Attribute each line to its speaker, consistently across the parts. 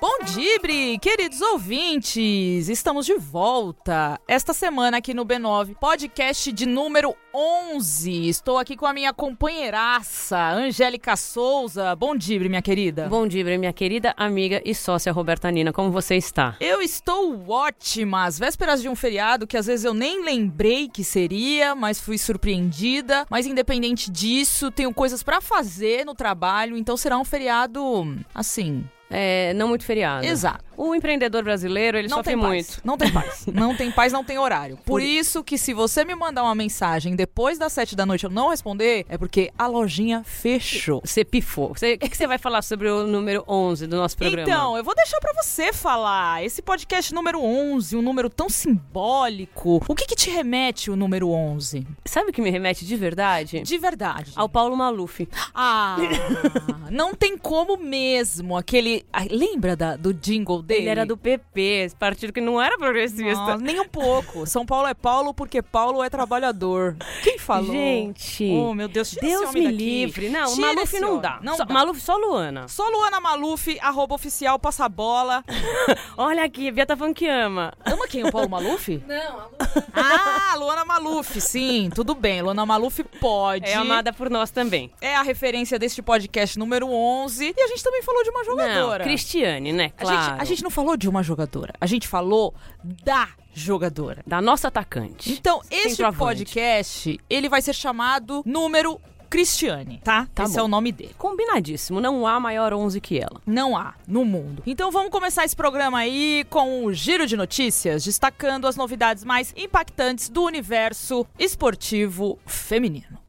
Speaker 1: Bom Dibre, queridos ouvintes, estamos de volta. Esta semana aqui no B9, podcast de número 11. Estou aqui com a minha companheiraça, Angélica Souza. Bom Dibre, minha querida.
Speaker 2: Bom dia, minha querida amiga e sócia Roberta Nina. Como você está?
Speaker 1: Eu estou ótima. As vésperas de um feriado que às vezes eu nem lembrei que seria, mas fui surpreendida. Mas independente disso, tenho coisas pra fazer no trabalho, então será um feriado assim.
Speaker 2: É, não muito feriado.
Speaker 1: Exato.
Speaker 2: O empreendedor brasileiro, ele
Speaker 1: não
Speaker 2: sofre
Speaker 1: tem
Speaker 2: muito.
Speaker 1: paz. Não tem paz. Não tem paz, não tem horário. Por isso que se você me mandar uma mensagem depois das sete da noite e eu não responder, é porque a lojinha fechou.
Speaker 2: Você pifou. Você- O que que você vai falar sobre o número 11 do nosso programa?
Speaker 1: Então, eu vou deixar pra você falar. Esse podcast número 11, um número tão simbólico. O que que te remete o número 11?
Speaker 2: sabe o que me remete de verdade?
Speaker 1: De verdade.
Speaker 2: Ao Paulo Maluf.
Speaker 1: Ah, não tem como mesmo. Aquele. Ah, lembra da- do jingle dele?
Speaker 2: Ele era do PP, esse partido que não era progressista.
Speaker 1: Nossa, nem um pouco. São Paulo é Paulo porque Paulo é trabalhador. Quem falou?
Speaker 2: Gente.
Speaker 1: Oh, meu Deus, tira esse
Speaker 2: Deus
Speaker 1: homem
Speaker 2: me
Speaker 1: daqui.
Speaker 2: livre. Não, o
Speaker 1: Tira
Speaker 2: Maluf
Speaker 1: esse
Speaker 2: não
Speaker 1: homem.
Speaker 2: dá.
Speaker 1: Não
Speaker 2: só,
Speaker 1: dá.
Speaker 2: Maluf só Luana.
Speaker 1: Só Luana Maluf, arroba oficial, passa a bola.
Speaker 2: Olha aqui, a Bia tá falando que ama.
Speaker 1: Ama quem? O Paulo Maluf? Não, a Luana. Ah, Luana Maluf, sim, tudo bem. Luana Maluf pode.
Speaker 2: É amada por nós também.
Speaker 1: É a referência deste podcast número 11. E a gente também falou de uma
Speaker 2: Não,
Speaker 1: jogadora.
Speaker 2: Cristiane, né?
Speaker 1: A
Speaker 2: Claro.
Speaker 1: gente- a gente não falou de uma jogadora, a gente falou da jogadora.
Speaker 2: Da nossa atacante.
Speaker 1: Então, este
Speaker 2: Centroavante.
Speaker 1: podcast, ele vai ser chamado número Cristiane, tá?
Speaker 2: Tá
Speaker 1: Esse
Speaker 2: bom.
Speaker 1: é o nome dele.
Speaker 2: Combinadíssimo, não há maior 11 que ela.
Speaker 1: Não há no mundo. Então vamos começar esse programa aí com o giro de notícias, destacando as novidades mais impactantes do universo esportivo feminino.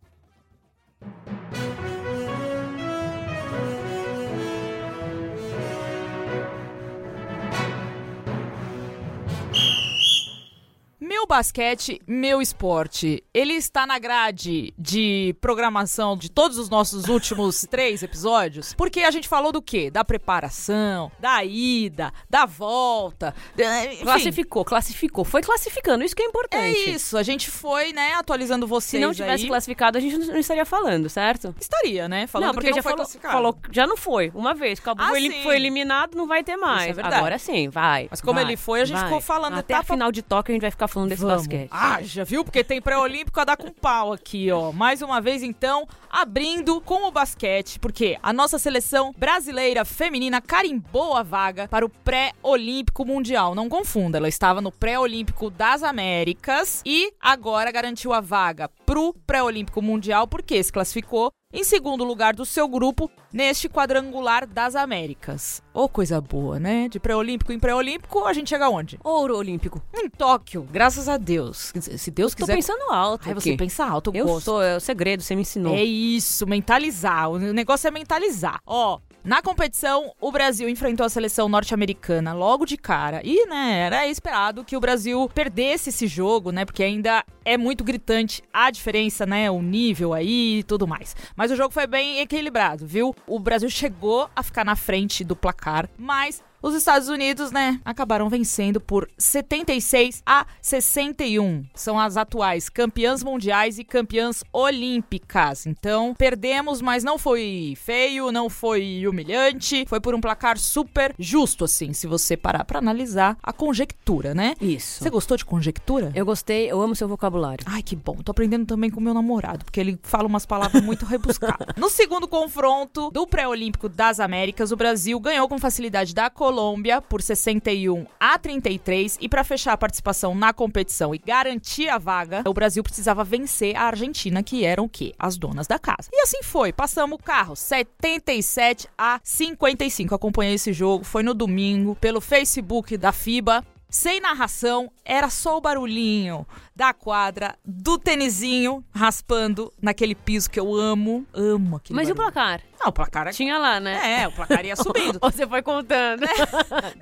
Speaker 1: Meu basquete, meu esporte. Ele está na grade de programação de todos os nossos últimos três episódios, porque a gente falou do quê? Da preparação, da ida, da volta. eh, enfim.
Speaker 2: Classificou, classificou. Foi classificando, isso que é
Speaker 1: É
Speaker 2: importante.
Speaker 1: isso, a gente foi, né, atualizando
Speaker 2: Se
Speaker 1: vocês
Speaker 2: não tivesse
Speaker 1: aí.
Speaker 2: classificado, a gente não não estaria falando, certo?
Speaker 1: Estaria, né? Falando
Speaker 2: não, porque
Speaker 1: que não
Speaker 2: já
Speaker 1: foi
Speaker 2: falou,
Speaker 1: classificado.
Speaker 2: falou- Já não foi. Uma vez. Acabou,
Speaker 1: Ah,
Speaker 2: foi, elim-
Speaker 1: sim. é
Speaker 2: foi eliminado, não vai ter mais.
Speaker 1: verdade.
Speaker 2: Agora sim, vai.
Speaker 1: Mas como
Speaker 2: vai,
Speaker 1: ele foi, a gente
Speaker 2: vai.
Speaker 1: ficou falando
Speaker 2: Até
Speaker 1: etapa-
Speaker 2: a final de toque a gente vai ficar falando desse
Speaker 1: Vamos.
Speaker 2: basquete.
Speaker 1: Ah, já viu? Porque tem pré-olímpico a dar com pau aqui, ó. Mais uma vez, então, abrindo com o basquete, porque a nossa seleção brasileira feminina carimbou a vaga para o pré-olímpico mundial. Não confunda, ela estava no pré-olímpico das Américas e agora garantiu a vaga pro pré-olímpico mundial, porque se classificou em segundo lugar do seu grupo neste quadrangular das Américas. Ô, coisa boa, né? De pré-olímpico em pré-olímpico, a gente chega onde?
Speaker 2: Ouro olímpico.
Speaker 1: em Tóquio, graças a Deus. Quer dizer, Se Deus
Speaker 2: Tô
Speaker 1: quiser.
Speaker 2: pensando alto.
Speaker 1: Ai,
Speaker 2: aqui.
Speaker 1: você pensa alto, eu,
Speaker 2: Eu
Speaker 1: gosto.
Speaker 2: sou, é o segredo, você me ensinou.
Speaker 1: É isso, mentalizar. O negócio é mentalizar. Ó, na competição, o Brasil enfrentou a seleção norte-americana logo de cara. E, né, era esperado que o Brasil perdesse esse jogo, né? Porque ainda é muito gritante a diferença, né? O nível aí e tudo mais. Mas o jogo foi bem equilibrado, viu? O Brasil chegou a ficar na frente do placar, mas os Estados Unidos, né, acabaram vencendo por 76 a 61. São as atuais campeãs mundiais e campeãs olímpicas. Então, perdemos, mas não foi feio, não foi humilhante, foi por um placar super justo assim, se você parar pra analisar a conjectura, né?
Speaker 2: Isso.
Speaker 1: Você gostou de conjectura?
Speaker 2: Eu gostei, eu amo seu vocabulário.
Speaker 1: Ai, que bom. Tô aprendendo também com meu namorado, porque ele fala umas palavras muito rebuscadas. No segundo confronto do pré-olímpico das Américas, o Brasil ganhou com facilidade da Colômbia por 61 a 33 e para fechar a participação na competição e garantir a vaga, o Brasil precisava vencer a Argentina, que eram o quê? As donas da casa. E assim foi. Passamos o carro 77 a 55. Acompanhei esse jogo, foi no domingo pelo Facebook da FIBA. Sem narração, era só o barulhinho da quadra, do tenizinho raspando naquele piso que eu amo. Amo aquele
Speaker 2: Mas e o
Speaker 1: barulho.
Speaker 2: placar?
Speaker 1: Não, o placar
Speaker 2: Tinha lá, né?
Speaker 1: É, o placar ia subindo.
Speaker 2: Você foi contando.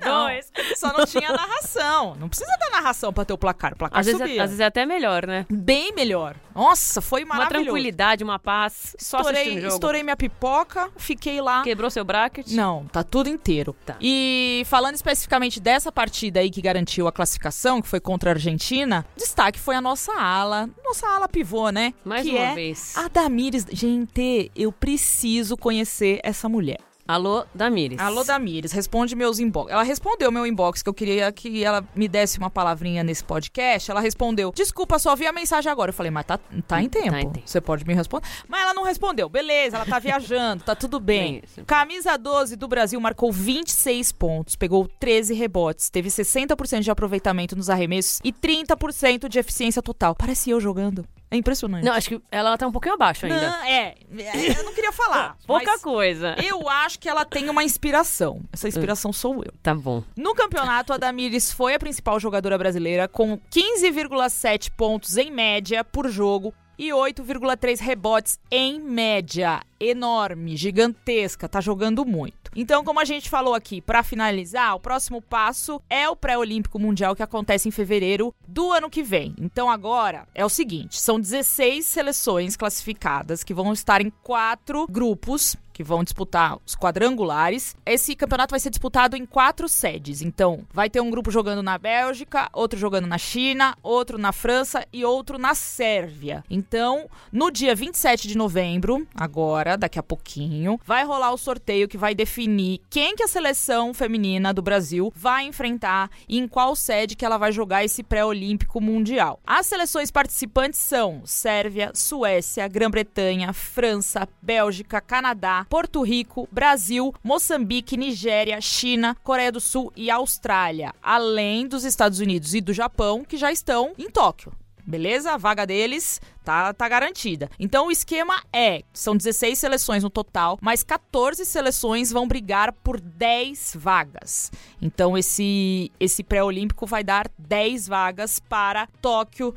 Speaker 1: Não,
Speaker 2: Dois.
Speaker 1: Só não tinha narração. Não precisa da narração pra ter o placar. O placar
Speaker 2: Às vezes, é-
Speaker 1: subia.
Speaker 2: às vezes é até melhor, né?
Speaker 1: Bem melhor. Nossa, foi
Speaker 2: Uma
Speaker 1: maravilhoso.
Speaker 2: tranquilidade, uma paz. Só
Speaker 1: estourei,
Speaker 2: assistindo o jogo.
Speaker 1: estourei minha pipoca, fiquei lá.
Speaker 2: Quebrou seu bracket?
Speaker 1: Não, tá tudo inteiro.
Speaker 2: Tá.
Speaker 1: E falando especificamente dessa partida aí que garantiu a classificação, que foi contra a Argentina, destaque foi a nossa ala. Nossa ala pivô, né?
Speaker 2: Mais
Speaker 1: que
Speaker 2: uma
Speaker 1: é
Speaker 2: vez.
Speaker 1: A Damires. Gente, eu preciso conhecer essa mulher.
Speaker 2: Alô, Damires.
Speaker 1: Alô, Damires, responde meus inbox. Ela respondeu meu inbox, que eu queria que ela me desse uma palavrinha nesse podcast. Ela respondeu, desculpa, só vi a mensagem agora. Eu falei, mas tá, tá em tempo.
Speaker 2: em tempo.
Speaker 1: Você pode me responder. Mas ela não respondeu. Beleza, ela tá viajando, tá tudo bem.
Speaker 2: É isso.
Speaker 1: Camisa 12 do Brasil marcou 26 pontos, pegou 13 rebotes, teve 60% de aproveitamento nos arremessos e 30% de eficiência total. Parece eu jogando. É impressionante.
Speaker 2: Não, acho que ela tá um pouquinho abaixo ainda. Ah,
Speaker 1: Não, é, é, eu não queria falar.
Speaker 2: Pouca
Speaker 1: mas
Speaker 2: coisa.
Speaker 1: Eu acho que ela tem uma inspiração. Essa inspiração sou eu.
Speaker 2: Tá bom.
Speaker 1: No campeonato, a Damires foi a principal jogadora brasileira, com 15,7 pontos em média por jogo e 8,3 rebotes em média. Enorme, gigantesca, tá jogando muito. Então, como a gente falou aqui, pra finalizar, o próximo passo é o pré-olímpico mundial que acontece em fevereiro do ano que vem. Então, agora é o seguinte, são 16 seleções classificadas que vão estar em quatro grupos que vão disputar os quadrangulares. Esse campeonato vai ser disputado em quatro sedes. Então, vai ter um grupo jogando na Bélgica, outro jogando na China, outro na França e outro na Sérvia. Então, no dia 27 de novembro, agora, daqui a pouquinho, vai rolar o sorteio que vai definir quem que é a seleção feminina do Brasil vai enfrentar e em qual sede que ela vai jogar esse pré-olímpico mundial. As seleções participantes são Sérvia, Suécia, Grã-Bretanha, França, Bélgica, Canadá, Porto Rico, Brasil, Moçambique, Nigéria, China, Coreia do Sul e Austrália, além dos Estados Unidos e do Japão, que já estão em Tóquio. Beleza? A vaga deles tá, tá garantida. Então o esquema é: são 16 seleções no total, mas 14 seleções vão brigar por 10 vagas. Então esse, esse pré-olímpico vai dar 10 vagas para Tóquio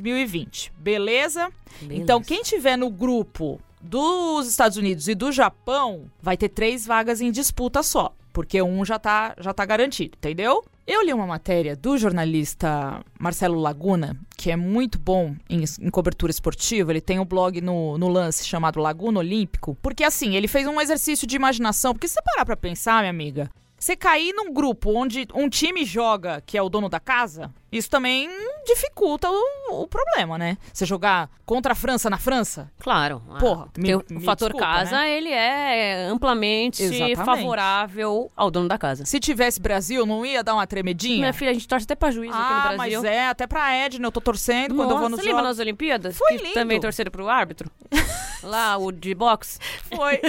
Speaker 1: 2020. Beleza? Então quem tiver no grupo dos Estados Unidos e do Japão vai ter três vagas em disputa só, porque um já tá, já tá garantido, entendeu? Eu li uma matéria do jornalista Marcelo Laguna, que é muito bom em, em cobertura esportiva. Ele tem um blog no, no lance chamado Laguna Olímpico. Porque assim, ele fez um exercício de imaginação. Porque se você parar pra pensar, minha amiga, você cair num grupo onde um time joga, que é o dono da casa, isso também dificulta o, o problema, né? Você jogar contra a França na França,
Speaker 2: Claro.
Speaker 1: Porra,
Speaker 2: ah,
Speaker 1: me-
Speaker 2: tem
Speaker 1: me
Speaker 2: o fator
Speaker 1: desculpa, né?
Speaker 2: casa, ele é amplamente
Speaker 1: Exatamente.
Speaker 2: favorável ao dono da casa.
Speaker 1: se tivesse Brasil, não ia dar uma tremedinha?
Speaker 2: Minha filha, a gente torce até pra juiz
Speaker 1: é. ah,
Speaker 2: aqui no Brasil.
Speaker 1: mas é, até pra Edna eu tô torcendo quando eu vou
Speaker 2: Nossa,
Speaker 1: nos
Speaker 2: lembra
Speaker 1: jogos.
Speaker 2: nas Olimpíadas?
Speaker 1: Foi
Speaker 2: que
Speaker 1: lindo.
Speaker 2: também torceram pro árbitro? Lá, o de boxe?
Speaker 1: Foi.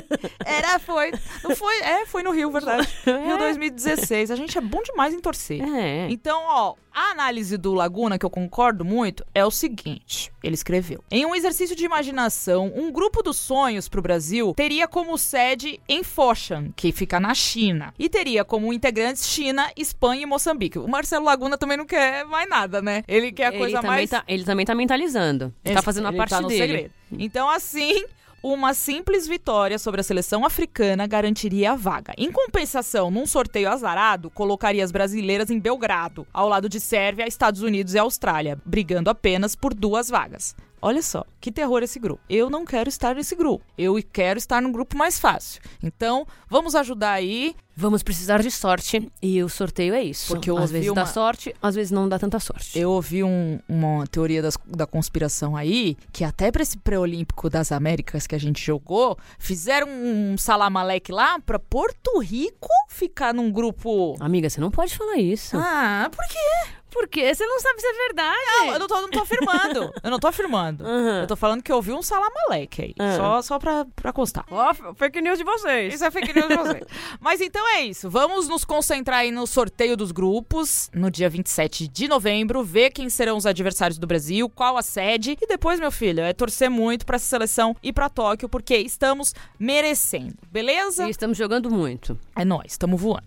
Speaker 1: Era, foi. Não foi, é, foi no Rio, verdade. Rio 2016. A gente é bom demais em torcer.
Speaker 2: É.
Speaker 1: Então, ó, a análise do Laguna, que eu concordo muito, é o seguinte: ele escreveu. Em um exercício de imaginação, um grupo dos sonhos pro Brasil teria como sede em Foshan, que fica na China, e teria como integrantes China, Espanha e Moçambique. O Marcelo Laguna também não quer mais nada, né? Ele quer a
Speaker 2: ele,
Speaker 1: coisa
Speaker 2: também
Speaker 1: mais.
Speaker 2: tá, ele também tá mentalizando.
Speaker 1: Ele
Speaker 2: tá fazendo a parte
Speaker 1: tá no
Speaker 2: dele.
Speaker 1: segredo. Então, assim, uma simples vitória sobre a seleção africana garantiria a vaga. Em compensação, num sorteio azarado, colocaria as brasileiras em Belgrado, ao lado de Sérvia, Estados Unidos e Austrália, brigando apenas por duas vagas. Olha só, que terror esse grupo. Eu não quero estar nesse grupo. Eu quero estar num grupo mais fácil. Então, vamos ajudar aí.
Speaker 2: Vamos precisar de sorte. E o sorteio é isso.
Speaker 1: Porque eu
Speaker 2: às
Speaker 1: ouvi
Speaker 2: vezes
Speaker 1: uma-
Speaker 2: dá sorte, às vezes não dá tanta sorte.
Speaker 1: Eu ouvi um- uma teoria das- da conspiração aí, que até pra esse pré-olímpico das Américas que a gente jogou, fizeram um salamaleque lá pra Porto Rico ficar num grupo.
Speaker 2: Amiga, você não pode falar isso.
Speaker 1: Ah, por quê?
Speaker 2: porque você não sabe se é verdade.
Speaker 1: Não, eu não tô, não tô afirmando. Eu não tô afirmando.
Speaker 2: Aham.
Speaker 1: Eu tô falando que eu ouvi um salamaleque aí.
Speaker 2: Ah.
Speaker 1: Só, só pra, pra constar.
Speaker 2: Ó, fake news de vocês.
Speaker 1: Isso é fake news de vocês. Mas então é isso. Vamos nos concentrar aí no sorteio dos grupos no dia 27 de novembro, ver quem serão os adversários do Brasil, qual a sede. E depois, meu filho, é torcer muito pra essa seleção e pra Tóquio, porque estamos merecendo, beleza?
Speaker 2: E estamos jogando muito.
Speaker 1: É nóis, estamos voando.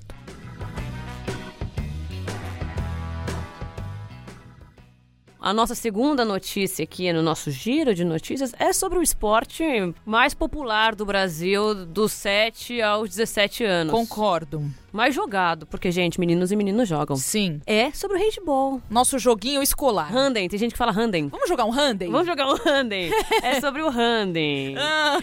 Speaker 2: A nossa segunda notícia aqui no nosso giro de notícias é sobre o esporte mais popular do Brasil dos 7 aos 17 anos.
Speaker 1: Concordo.
Speaker 2: Mais jogado, porque, gente, meninos e meninas jogam.
Speaker 1: Sim.
Speaker 2: É sobre o handball.
Speaker 1: Nosso joguinho escolar.
Speaker 2: Handen, tem gente que fala handen.
Speaker 1: Vamos jogar um Handen?
Speaker 2: Vamos jogar um Handen. é sobre o Handen.
Speaker 1: Ah.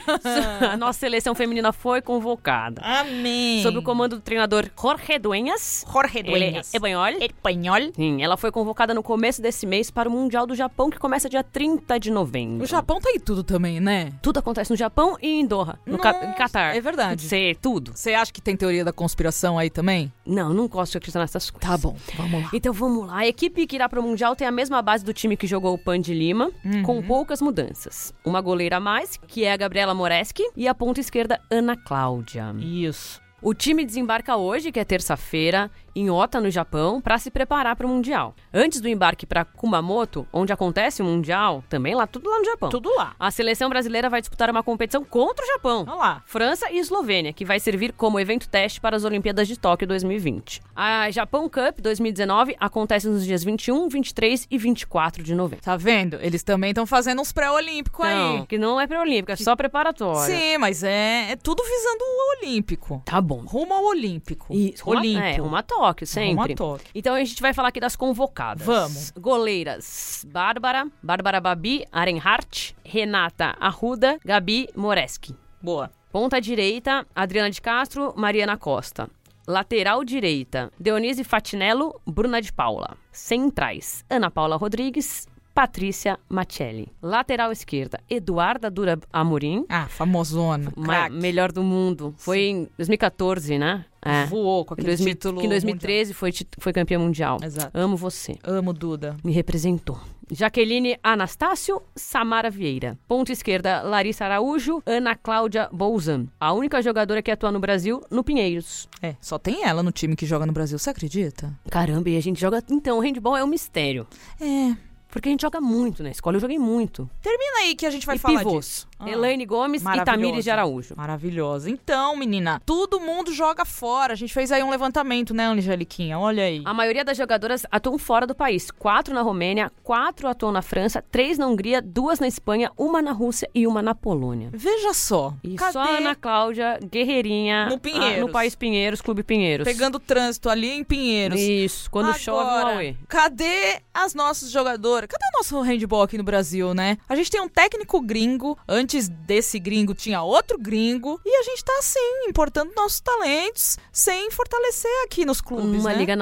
Speaker 2: A nossa seleção feminina foi convocada.
Speaker 1: Amém.
Speaker 2: Sob o comando do treinador Jorge Duenas.
Speaker 1: Jorge
Speaker 2: Ele é
Speaker 1: Duenas.
Speaker 2: espanhol.
Speaker 1: Espanhol.
Speaker 2: Sim, ela foi convocada no começo desse mês para o Mundial do Japão, que começa dia 30 de novembro.
Speaker 1: O Japão tá aí tudo também, né?
Speaker 2: Tudo acontece no Japão e em Doha, no Ca-
Speaker 1: Nossa,
Speaker 2: em Catar.
Speaker 1: é verdade.
Speaker 2: Sei, tudo.
Speaker 1: Você acha que tem teoria da conspiração aí também?
Speaker 2: Não, não gosto de acreditar nessas coisas.
Speaker 1: Tá bom, vamos lá.
Speaker 2: Então vamos lá. A equipe que irá para o Mundial tem a mesma base do time que jogou o Pan de Lima,
Speaker 1: Uhum.
Speaker 2: com poucas mudanças. Uma goleira a mais, que é a Gabriela Moreski, e a ponta esquerda, Ana Cláudia.
Speaker 1: Isso.
Speaker 2: O time desembarca hoje, que é terça-feira, em Ota, no Japão, para se preparar para o Mundial. Antes do embarque para Kumamoto, onde acontece o Mundial, também lá, tudo lá no Japão.
Speaker 1: Tudo lá.
Speaker 2: A seleção brasileira vai disputar uma competição contra o Japão.
Speaker 1: Olha lá.
Speaker 2: França e Eslovênia, que vai servir como evento teste para as Olimpíadas de Tóquio 2020. A Japão Cup 2019 acontece nos dias 21, 23 e 24 de novembro.
Speaker 1: Tá vendo? Eles também estão fazendo uns pré-olímpicos
Speaker 2: Então,
Speaker 1: aí.
Speaker 2: que não é pré-olímpica, é só preparatório.
Speaker 1: Sim, mas é, é tudo visando o olímpico.
Speaker 2: Tá bom.
Speaker 1: Rumo ao olímpico.
Speaker 2: Olímpico.
Speaker 1: Olímpico.
Speaker 2: É, uma Tóquio, sempre.
Speaker 1: Rumo a Tóquio.
Speaker 2: Então a gente vai falar aqui das convocadas.
Speaker 1: Vamos.
Speaker 2: Goleiras: Bárbara, Bárbara Babi, Arenhart, Renata Arruda, Gabi Moreski.
Speaker 1: Boa.
Speaker 2: Ponta direita, Adriana de Castro, Mariana Costa. Lateral direita, Dionise Fatinello, Bruna de Paula. Centrais, Ana Paula Rodrigues, Patrícia Machelli. Lateral esquerda, Eduarda Dura Amorim,
Speaker 1: Ah, famosona.
Speaker 2: ma-
Speaker 1: Craque.
Speaker 2: melhor do mundo. Foi em 2014, né? É.
Speaker 1: Voou com
Speaker 2: Em
Speaker 1: aquele
Speaker 2: 2000
Speaker 1: título.
Speaker 2: que em 2013 foi, tit- foi campeã mundial.
Speaker 1: Exato.
Speaker 2: Amo você.
Speaker 1: mundial. Amo Duda.
Speaker 2: Me representou. Jaqueline Anastácio, Samara Vieira. Ponta esquerda, Larissa Araújo, Ana Cláudia Bouzan. A única jogadora que atua no Brasil, no Pinheiros.
Speaker 1: É, só tem ela no time que joga no Brasil, você acredita?
Speaker 2: Caramba, e a gente joga... Então, o handball é um mistério.
Speaker 1: É.
Speaker 2: Porque a gente joga muito na escola, eu joguei muito.
Speaker 1: Termina aí que a gente vai
Speaker 2: e
Speaker 1: falar
Speaker 2: pivôs. é
Speaker 1: disso. Ah,
Speaker 2: Elaine Gomes e
Speaker 1: Maravilhosa.
Speaker 2: Tamires de Araújo.
Speaker 1: Maravilhosa. Então, menina, todo mundo joga fora. A gente fez aí um levantamento, né, Angeliquinha? Olha aí.
Speaker 2: A maioria das jogadoras atuam fora do país. Quatro na Romênia, quatro atuam na França, três na Hungria, duas na Espanha, uma na Rússia e uma na Polônia.
Speaker 1: Veja só.
Speaker 2: E
Speaker 1: Cadê?
Speaker 2: só a Ana Cláudia, guerreirinha.
Speaker 1: No
Speaker 2: ah,
Speaker 1: Pinheiros.
Speaker 2: no País Pinheiros, Clube Pinheiros.
Speaker 1: Pegando trânsito ali em Pinheiros.
Speaker 2: Isso, quando
Speaker 1: Agora,
Speaker 2: chove, um auê.
Speaker 1: Cadê as nossas jogadoras? Cadê o nosso handball aqui no Brasil, né? A gente tem um técnico gringo, antes desse gringo tinha outro gringo, e a gente tá assim, importando nossos talentos, sem fortalecer aqui nos clubes,
Speaker 2: Uma
Speaker 1: né?
Speaker 2: Liga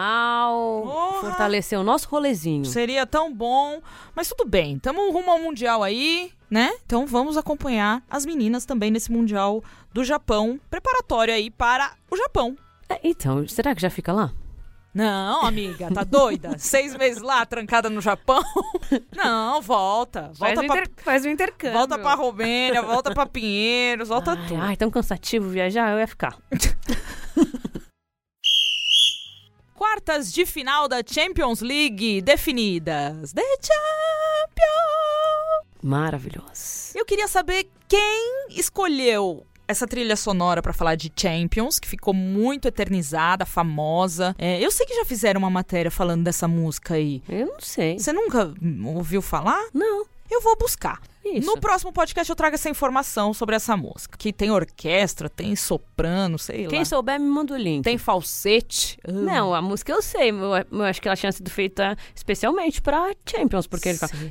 Speaker 2: Nacional,
Speaker 1: Porra!
Speaker 2: fortaleceu o nosso rolezinho.
Speaker 1: Seria tão bom, mas tudo bem. Tamo rumo ao mundial aí, né? Então vamos acompanhar as meninas também nesse mundial do Japão, preparatório aí para o Japão.
Speaker 2: É, Então, será que já fica lá?
Speaker 1: Não, amiga, tá doida? Seis meses lá, trancada no Japão? Não, volta. Volta pra,
Speaker 2: o é intercâmbio.
Speaker 1: volta pra Romênia, volta pra Pinheiros, volta tudo.
Speaker 2: Ai, tão cansativo viajar, eu ia ficar.
Speaker 1: Quartas de final da Champions League definidas. The Champions!
Speaker 2: Maravilhoso.
Speaker 1: Eu queria saber quem escolheu essa trilha sonora pra falar de Champions, que ficou muito eternizada, famosa. É, eu sei que já fizeram uma matéria falando dessa música aí.
Speaker 2: Eu não sei.
Speaker 1: Você nunca hum, ouviu falar?
Speaker 2: Não,
Speaker 1: Eu vou buscar.
Speaker 2: isso.
Speaker 1: No próximo podcast eu trago essa informação sobre essa música. Que tem orquestra, tem soprano, sei
Speaker 2: Quem
Speaker 1: lá.
Speaker 2: souber, me manda o link.
Speaker 1: Tem falsete.
Speaker 2: Não, a música eu sei. Eu, eu acho que ela tinha sido feita especialmente pra Champions, porque ele fala,
Speaker 1: Sim.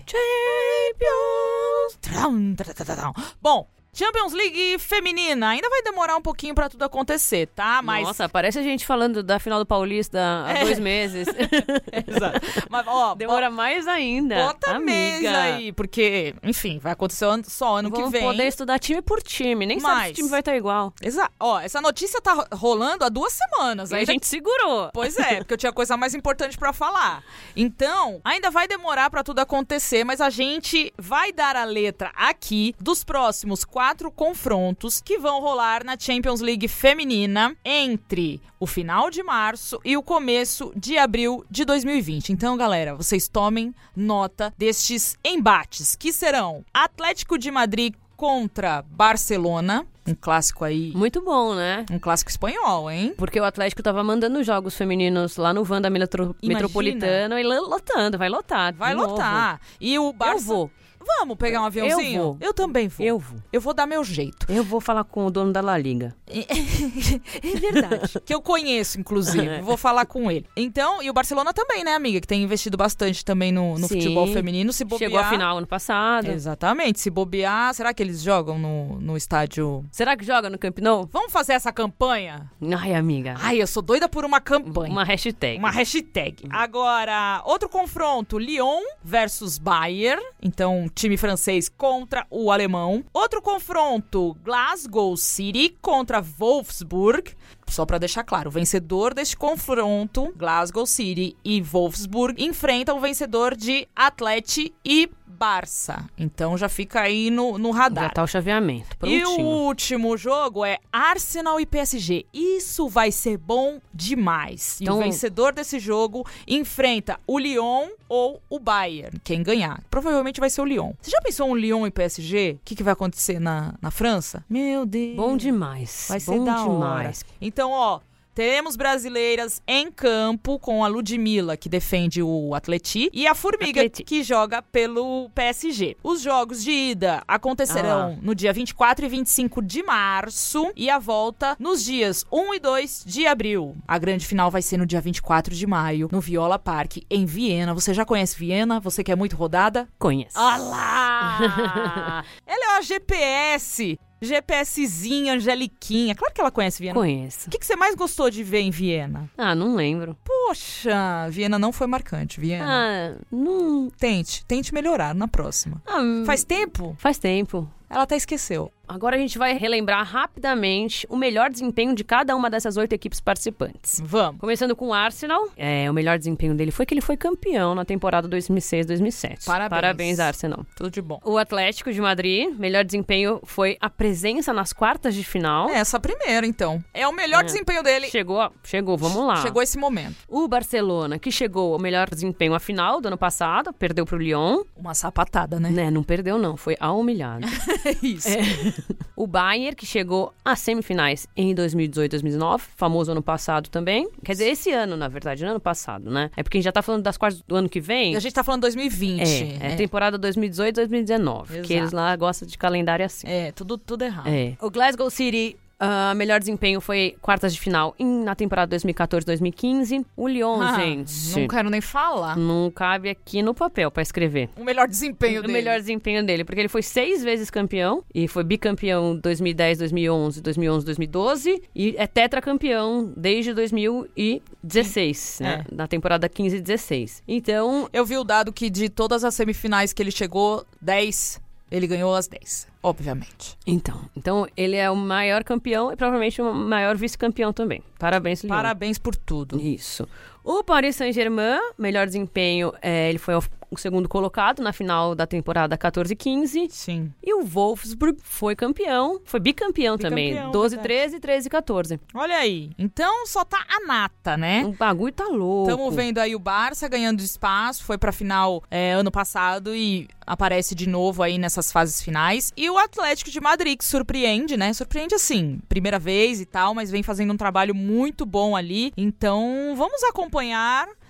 Speaker 2: Champions!
Speaker 1: Tram, tra, tra, tra, tram. Bom, Champions League feminina. Ainda vai demorar um pouquinho pra tudo acontecer, tá? Mas
Speaker 2: Nossa, parece a gente falando da final do Paulista há
Speaker 1: É.
Speaker 2: dois meses.
Speaker 1: Exato. Mas, ó,
Speaker 2: Demora mais ainda.
Speaker 1: bo- bota
Speaker 2: amiga.
Speaker 1: mês aí, porque, enfim, vai acontecer ano- só ano
Speaker 2: Vamos
Speaker 1: que vem.
Speaker 2: poder estudar time por time. Nem sabe se
Speaker 1: Mas-
Speaker 2: o time vai estar igual.
Speaker 1: Exa- Ó, essa notícia tá ro- rolando há duas semanas.
Speaker 2: a
Speaker 1: Ainda...
Speaker 2: gente segurou.
Speaker 1: Pois é, porque eu tinha coisa mais importante pra falar. Então, ainda vai demorar pra tudo acontecer, mas a gente vai dar a letra aqui dos próximos quatro confrontos que vão rolar na Champions League feminina entre o final de março e o começo de abril de 2020. Então, galera, vocês tomem nota destes embates, que serão Atlético de Madrid contra Barcelona, um clássico aí,
Speaker 2: Muito bom, né?
Speaker 1: um clássico espanhol, hein?
Speaker 2: Porque o Atlético tava mandando jogos femininos lá no Wanda Metro...
Speaker 1: Imagina.
Speaker 2: Metropolitano e lá- lotando, vai lotar. de
Speaker 1: Vai
Speaker 2: novo.
Speaker 1: lotar. E o Barça...
Speaker 2: Eu vou,
Speaker 1: Vamos pegar um aviãozinho?
Speaker 2: vou.
Speaker 1: Eu também vou.
Speaker 2: eu vou.
Speaker 1: Eu vou dar meu jeito.
Speaker 2: Eu vou falar com o dono da La Liga.
Speaker 1: É verdade. que eu conheço, inclusive. Vou falar com ele. Então, e o Barcelona também, né, amiga? Que tem investido bastante também no, no
Speaker 2: Sim.
Speaker 1: futebol feminino. Se bobear...
Speaker 2: Chegou à final ano passado.
Speaker 1: Exatamente. Se bobear, será que eles jogam no, no estádio...
Speaker 2: Será que joga no Camp Nou?
Speaker 1: Vamos fazer essa campanha?
Speaker 2: Ai, amiga.
Speaker 1: Ai, eu sou doida por uma campanha.
Speaker 2: Uma hashtag.
Speaker 1: Uma hashtag. Agora, outro confronto: Lyon versus Bayern. Então, time francês contra o alemão. Outro confronto: Glasgow City contra Wolfsburg. Só pra deixar claro, o vencedor deste confronto, Glasgow City e Wolfsburg, enfrentam o vencedor de Atleti e Barça. Então já fica aí no, no radar.
Speaker 2: Já tá o chaveamento.
Speaker 1: E o
Speaker 2: Prontinho.
Speaker 1: último jogo é Arsenal e PSG. Isso vai ser bom demais. E
Speaker 2: Então-
Speaker 1: o vencedor desse jogo enfrenta o Lyon ou o Bayern. Quem ganhar? Provavelmente vai ser o Lyon. Você já pensou um Lyon e PSG? O que, que vai acontecer na, na França? Meu Deus.
Speaker 2: Bom demais.
Speaker 1: Vai ser
Speaker 2: Bom
Speaker 1: da hora.
Speaker 2: demais.
Speaker 1: Então, ó, teremos brasileiras em campo com a Ludmilla, que defende o Atleti, e a Formiga,
Speaker 2: Atleti.
Speaker 1: que joga pelo PSG. Os jogos de ida
Speaker 2: Ah
Speaker 1: acontecerão no dia 24 e 25 de março e a volta nos dias 1 e 2 de abril. A grande final vai ser no dia 24 de maio, no Viola Park, em Viena. Você já conhece Viena? Você que é muito rodada?
Speaker 2: Conheço.
Speaker 1: Ah lá! ela é uma GPS, GPSzinha, Angeliquinha. Claro que ela conhece Viena.
Speaker 2: Conheço.
Speaker 1: O que, que você mais gostou de ver em Viena?
Speaker 2: Ah, não lembro.
Speaker 1: Poxa, Viena não foi marcante, Viena.
Speaker 2: Ah, não.
Speaker 1: Tente, tente melhorar na próxima.
Speaker 2: Ah,
Speaker 1: Faz tempo?
Speaker 2: faz tempo.
Speaker 1: Ela até esqueceu.
Speaker 2: Agora a gente vai relembrar rapidamente o melhor desempenho de cada uma dessas oito equipes participantes.
Speaker 1: Vamos.
Speaker 2: Começando com o Arsenal, é, o melhor desempenho dele foi que ele foi campeão na temporada 2006-2007.
Speaker 1: Parabéns.
Speaker 2: Parabéns, Arsenal.
Speaker 1: Tudo de bom.
Speaker 2: O Atlético de Madrid, melhor desempenho foi a presença nas quartas de final.
Speaker 1: É essa primeira, então. É o melhor
Speaker 2: É.
Speaker 1: desempenho dele.
Speaker 2: Chegou, a- chegou, vamos lá.
Speaker 1: Chegou esse momento.
Speaker 2: O Barcelona, que chegou ao melhor desempenho à final do ano passado, perdeu pro Lyon.
Speaker 1: Uma sapatada, né?
Speaker 2: Né, não perdeu não, foi a humilhada.
Speaker 1: É isso.
Speaker 2: O Bayern, que chegou às semifinais em 2018, 2019, famoso ano passado também. Quer dizer, esse ano, na verdade, não ano passado, né? É porque a gente já tá falando das quartas do ano que
Speaker 1: E
Speaker 2: vem.
Speaker 1: a gente tá falando 2020.
Speaker 2: É, é,
Speaker 1: né?
Speaker 2: temporada 2018, 2019.
Speaker 1: Exato.
Speaker 2: Que eles lá gostam de calendário assim.
Speaker 1: É, tudo, tudo errado.
Speaker 2: É. O Glasgow City. ah, melhor desempenho foi quartas de final em- na temporada 2014-2015. O Lyon,
Speaker 1: Ah,
Speaker 2: gente.
Speaker 1: Não quero nem falar.
Speaker 2: Não cabe aqui no papel pra escrever.
Speaker 1: O melhor desempenho
Speaker 2: o
Speaker 1: dele.
Speaker 2: melhor desempenho dele, porque ele foi seis vezes campeão e foi bicampeão 2010, 2011, 2011, 2012 e é tetracampeão desde
Speaker 1: É.
Speaker 2: 2016, né? Na temporada 15 e 16. Então,
Speaker 1: Eu vi o dado que de todas as semifinais que ele chegou, 10, ele ganhou as 10, obviamente.
Speaker 2: então, então ele é o maior campeão e provavelmente o maior vice-campeão também. Parabéns, Leon.
Speaker 1: Parabéns por tudo.
Speaker 2: Isso. O Paris Saint-Germain, melhor desempenho, é, ele foi o segundo colocado na final da temporada 14 e 15.
Speaker 1: Sim.
Speaker 2: E o Wolfsburg foi campeão, foi bicampeão, também.
Speaker 1: Bicampeão,
Speaker 2: 12,
Speaker 1: verdade.
Speaker 2: 13, 13 e 14.
Speaker 1: Olha aí. Então só tá a nata, né?
Speaker 2: O bagulho tá louco.
Speaker 1: Estamos vendo aí o Barça ganhando espaço, foi pra final é, ano passado e aparece de novo aí nessas fases finais. E o Atlético de Madrid, que surpreende, né? Surpreende assim, primeira vez e tal, mas vem fazendo um trabalho muito bom ali. Então vamos acompanhar.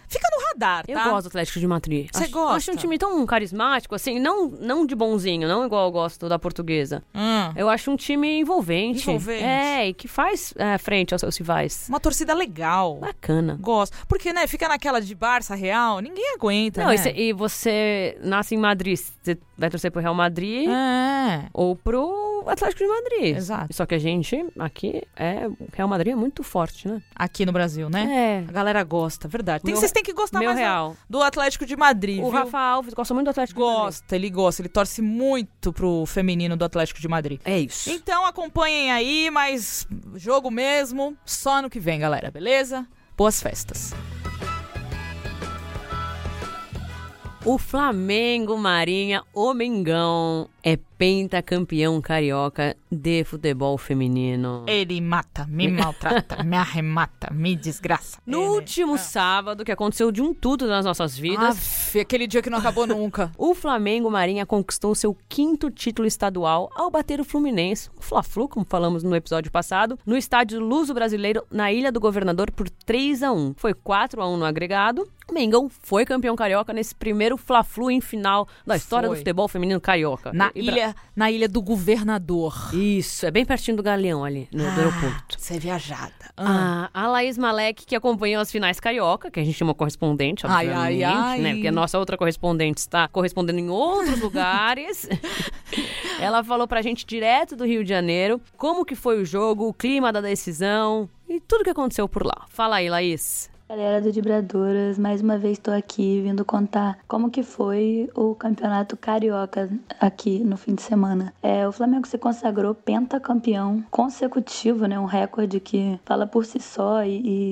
Speaker 1: Fica no radar,
Speaker 2: Eu
Speaker 1: tá?
Speaker 2: gosto do Atlético de Madrid.
Speaker 1: Você
Speaker 2: Acho-
Speaker 1: gosta?
Speaker 2: Acho um time tão carismático, assim, não, não de bonzinho, não igual eu gosto da portuguesa.
Speaker 1: Hum.
Speaker 2: Eu acho um time envolvente.
Speaker 1: Envolvente.
Speaker 2: É, e que faz é, frente aos seus rivais.
Speaker 1: Uma torcida legal.
Speaker 2: Bacana.
Speaker 1: Gosto. Porque, né, fica naquela de Barça Real, ninguém aguenta,
Speaker 2: Não,
Speaker 1: né?
Speaker 2: e, cê- e você nasce em Madrid, você vai torcer pro Real Madrid
Speaker 1: É,
Speaker 2: ou pro Atlético de Madrid.
Speaker 1: exato.
Speaker 2: Só que a gente aqui é. o Real Madrid é muito forte, né?
Speaker 1: Aqui no Brasil, né?
Speaker 2: É.
Speaker 1: A galera gosta, verdade. Tem,
Speaker 2: Meu-
Speaker 1: vocês têm que gostar
Speaker 2: Meu
Speaker 1: mais da-
Speaker 2: real.
Speaker 1: do Atlético de Madrid,
Speaker 2: O
Speaker 1: viu?
Speaker 2: Rafa Alves gosta muito do
Speaker 1: é
Speaker 2: Atlético de Madrid.
Speaker 1: Gosta, ele gosta, ele torce muito pro feminino do Atlético de Madrid.
Speaker 2: É isso.
Speaker 1: Então acompanhem aí, mas jogo mesmo, só no que vem, galera, beleza? Boas festas.
Speaker 2: O Flamengo Marinha, o Mengão, é pentacampeão carioca de futebol feminino.
Speaker 1: Ele mata, me maltrata, me arremata, me desgraça.
Speaker 2: No
Speaker 1: Ele-
Speaker 2: último sábado, que aconteceu de um tudo nas nossas vidas,
Speaker 1: Aff, aquele dia que não acabou nunca.
Speaker 2: o Flamengo Marinha conquistou seu quinto título estadual ao bater o Fluminense, o Fla-Flu, como falamos no episódio passado, no estádio Luso Brasileiro, na Ilha do Governador, por 3 a 1 Foi 4 a 1 no agregado. O Mengão foi campeão carioca nesse primeiro Fla-Flu em final da história
Speaker 1: Foi.
Speaker 2: do futebol feminino carioca.
Speaker 1: Na
Speaker 2: E- e Bra-
Speaker 1: ilha, na ilha do governador.
Speaker 2: Isso, é bem pertinho do Galeão ali, no do aeroporto.
Speaker 1: Você é viajada. Ah,
Speaker 2: Ah, a Laís Malek, que acompanhou as finais carioca, que a gente chama correspondente,
Speaker 1: Ai, ai,
Speaker 2: obviamente,
Speaker 1: ai.
Speaker 2: né? Porque a nossa outra correspondente está correspondendo em outros lugares. Ela falou pra gente direto do Rio de Janeiro como que foi o jogo, o clima da decisão e tudo que aconteceu por lá. Fala aí, Laís.
Speaker 3: Galera do Dibradoras, mais uma vez estou aqui vindo contar como que foi o campeonato carioca aqui no fim de semana. É, o Flamengo se consagrou pentacampeão consecutivo, né? Um recorde que fala por si só e,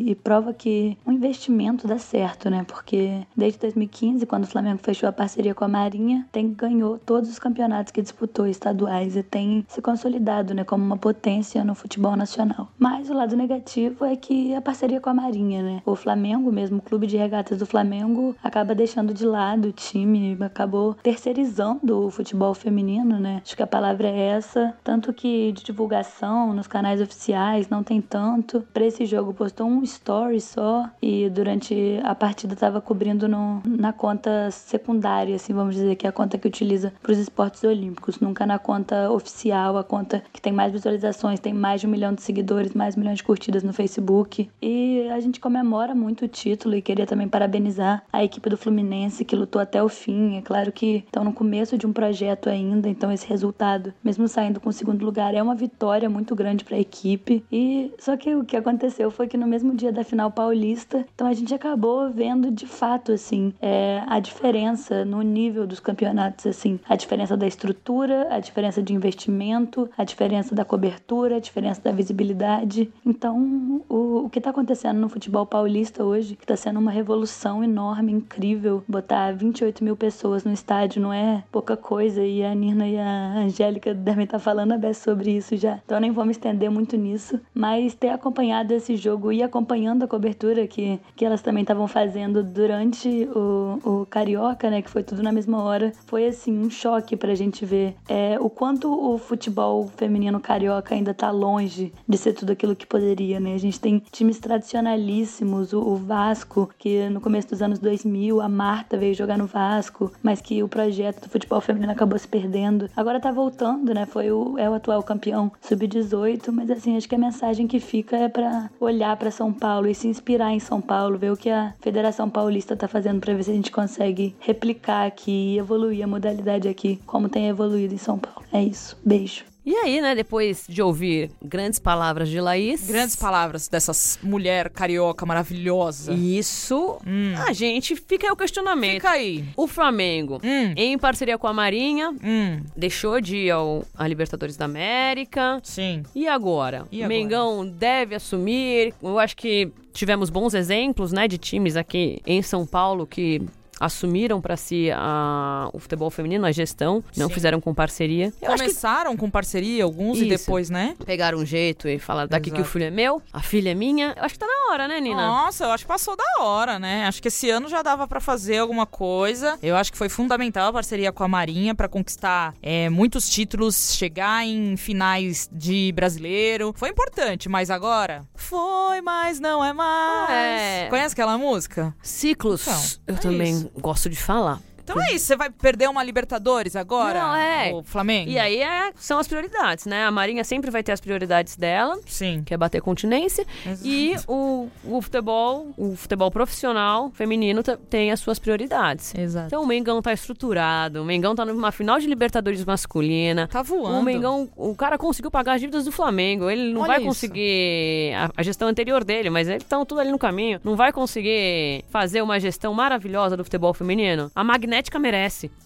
Speaker 3: e- e prova que o investimento dá certo, né? Porque desde 2015, quando o Flamengo fechou a parceria com a Marinha, tem ganhou todos os campeonatos que disputou estaduais e tem se consolidado, né? Como uma potência no futebol nacional. Mas o lado negativo é que a parceria com a Marinha, né? O Flamengo mesmo, o clube de regatas do Flamengo, acaba deixando de lado o time, acabou terceirizando o futebol feminino, né? Acho que a palavra é essa. Tanto que de divulgação nos canais oficiais não tem tanto. Pra esse jogo postou um story só e durante a partida tava cobrindo no- na conta secundária, assim, vamos dizer, que é a conta que utiliza pros esportes olímpicos. Nunca na conta oficial, a conta que tem mais visualizações, tem mais de um milhão de seguidores, mais de um milhão de curtidas no Facebook. E a gente comemora muito o título e queria também parabenizar a equipe do Fluminense que lutou até o fim. É claro que estão no começo de um projeto ainda, então esse resultado, mesmo saindo com o segundo lugar, é uma vitória muito grande para a equipe. E só que o que aconteceu foi que no mesmo dia da final paulista, então a gente acabou vendo de fato assim é, a diferença no nível dos campeonatos, assim, a diferença da estrutura, a diferença de investimento, a diferença da cobertura, a diferença da visibilidade. Então, o, o que está acontecendo no futebol paulista hoje, que está sendo uma revolução enorme, incrível, botar 28 mil pessoas no estádio não é pouca coisa, e a Nina e a Angélica devem estar falando a beça sobre isso já, então eu nem vou me estender muito nisso, mas ter acompanhado esse jogo e acompanhando a cobertura que, que elas também estavam fazendo durante o, o Carioca, né, que foi tudo na mesma hora, foi assim, um choque pra gente ver é, o quanto o futebol feminino carioca ainda tá longe de ser tudo aquilo que poderia, né, a gente tem times tradicionalíssimos, o, o Vasco, que no começo dos anos 2000, a Marta veio jogar no Vasco, mas que o projeto do futebol feminino acabou se perdendo, agora tá voltando, né, foi o, é o atual campeão sub-18, mas assim, acho que a mensagem que fica é pra olhar pra São Paulo e se inspirar em São Paulo, ver o que a Federação Paulista tá fazendo pra ver se a gente consegue replicar aqui e evoluir a modalidade aqui, como tem evoluído em São Paulo. É isso. Beijo.
Speaker 2: E aí, né, depois de ouvir grandes palavras de Laís.
Speaker 1: grandes palavras dessas mulher carioca maravilhosa.
Speaker 2: Isso.
Speaker 1: Hum.
Speaker 2: A gente fica aí o questionamento.
Speaker 1: Fica aí.
Speaker 2: O Flamengo,
Speaker 1: Hum.
Speaker 2: em parceria com a Marinha,
Speaker 1: Hum,
Speaker 2: deixou de ir ao, a Libertadores da América.
Speaker 1: sim.
Speaker 2: E agora?
Speaker 1: E
Speaker 2: O
Speaker 1: agora?
Speaker 2: Mengão deve assumir. Eu acho que tivemos bons exemplos, né, de times aqui em São Paulo que assumiram pra si a- o futebol feminino, a gestão, não
Speaker 1: Sim.
Speaker 2: fizeram com parceria. Eu acho que
Speaker 1: Começaram com parceria alguns e
Speaker 2: Isso.
Speaker 1: depois, né?
Speaker 2: pegaram um jeito e falaram daqui que o
Speaker 1: Exato.
Speaker 2: filho é meu, a filha é minha. Eu acho que tá na hora, né, Nina?
Speaker 1: Nossa, eu acho que passou da hora, né? Acho que esse ano já dava pra fazer alguma coisa. Eu acho que foi fundamental a parceria com a Marinha pra conquistar é, muitos títulos, chegar em finais de brasileiro. Foi importante, mas agora? Foi, mas não é mais.
Speaker 2: É.
Speaker 1: Conhece aquela música?
Speaker 2: Ciclos,
Speaker 1: Então,
Speaker 2: eu
Speaker 1: é
Speaker 2: também
Speaker 1: isso.
Speaker 2: gosto de falar.
Speaker 1: Então é isso, você vai perder uma Libertadores agora?
Speaker 2: Não, é.
Speaker 1: O Flamengo?
Speaker 2: E aí é- são as prioridades, né? A Marinha sempre vai ter as prioridades dela,
Speaker 1: Sim.
Speaker 2: que é bater continência, e o, o futebol, o futebol profissional feminino ta- tem as suas prioridades.
Speaker 1: Exato.
Speaker 2: Então o Mengão tá estruturado, o Mengão tá numa final de Libertadores masculina.
Speaker 1: Tá voando.
Speaker 2: O Mengão, o cara conseguiu pagar as dívidas do Flamengo. Ele não
Speaker 1: Olha
Speaker 2: vai
Speaker 1: isso.
Speaker 2: conseguir a, a gestão anterior dele, mas eles estão tudo ali no caminho. Não vai conseguir fazer uma gestão maravilhosa do futebol feminino. A magnética merece.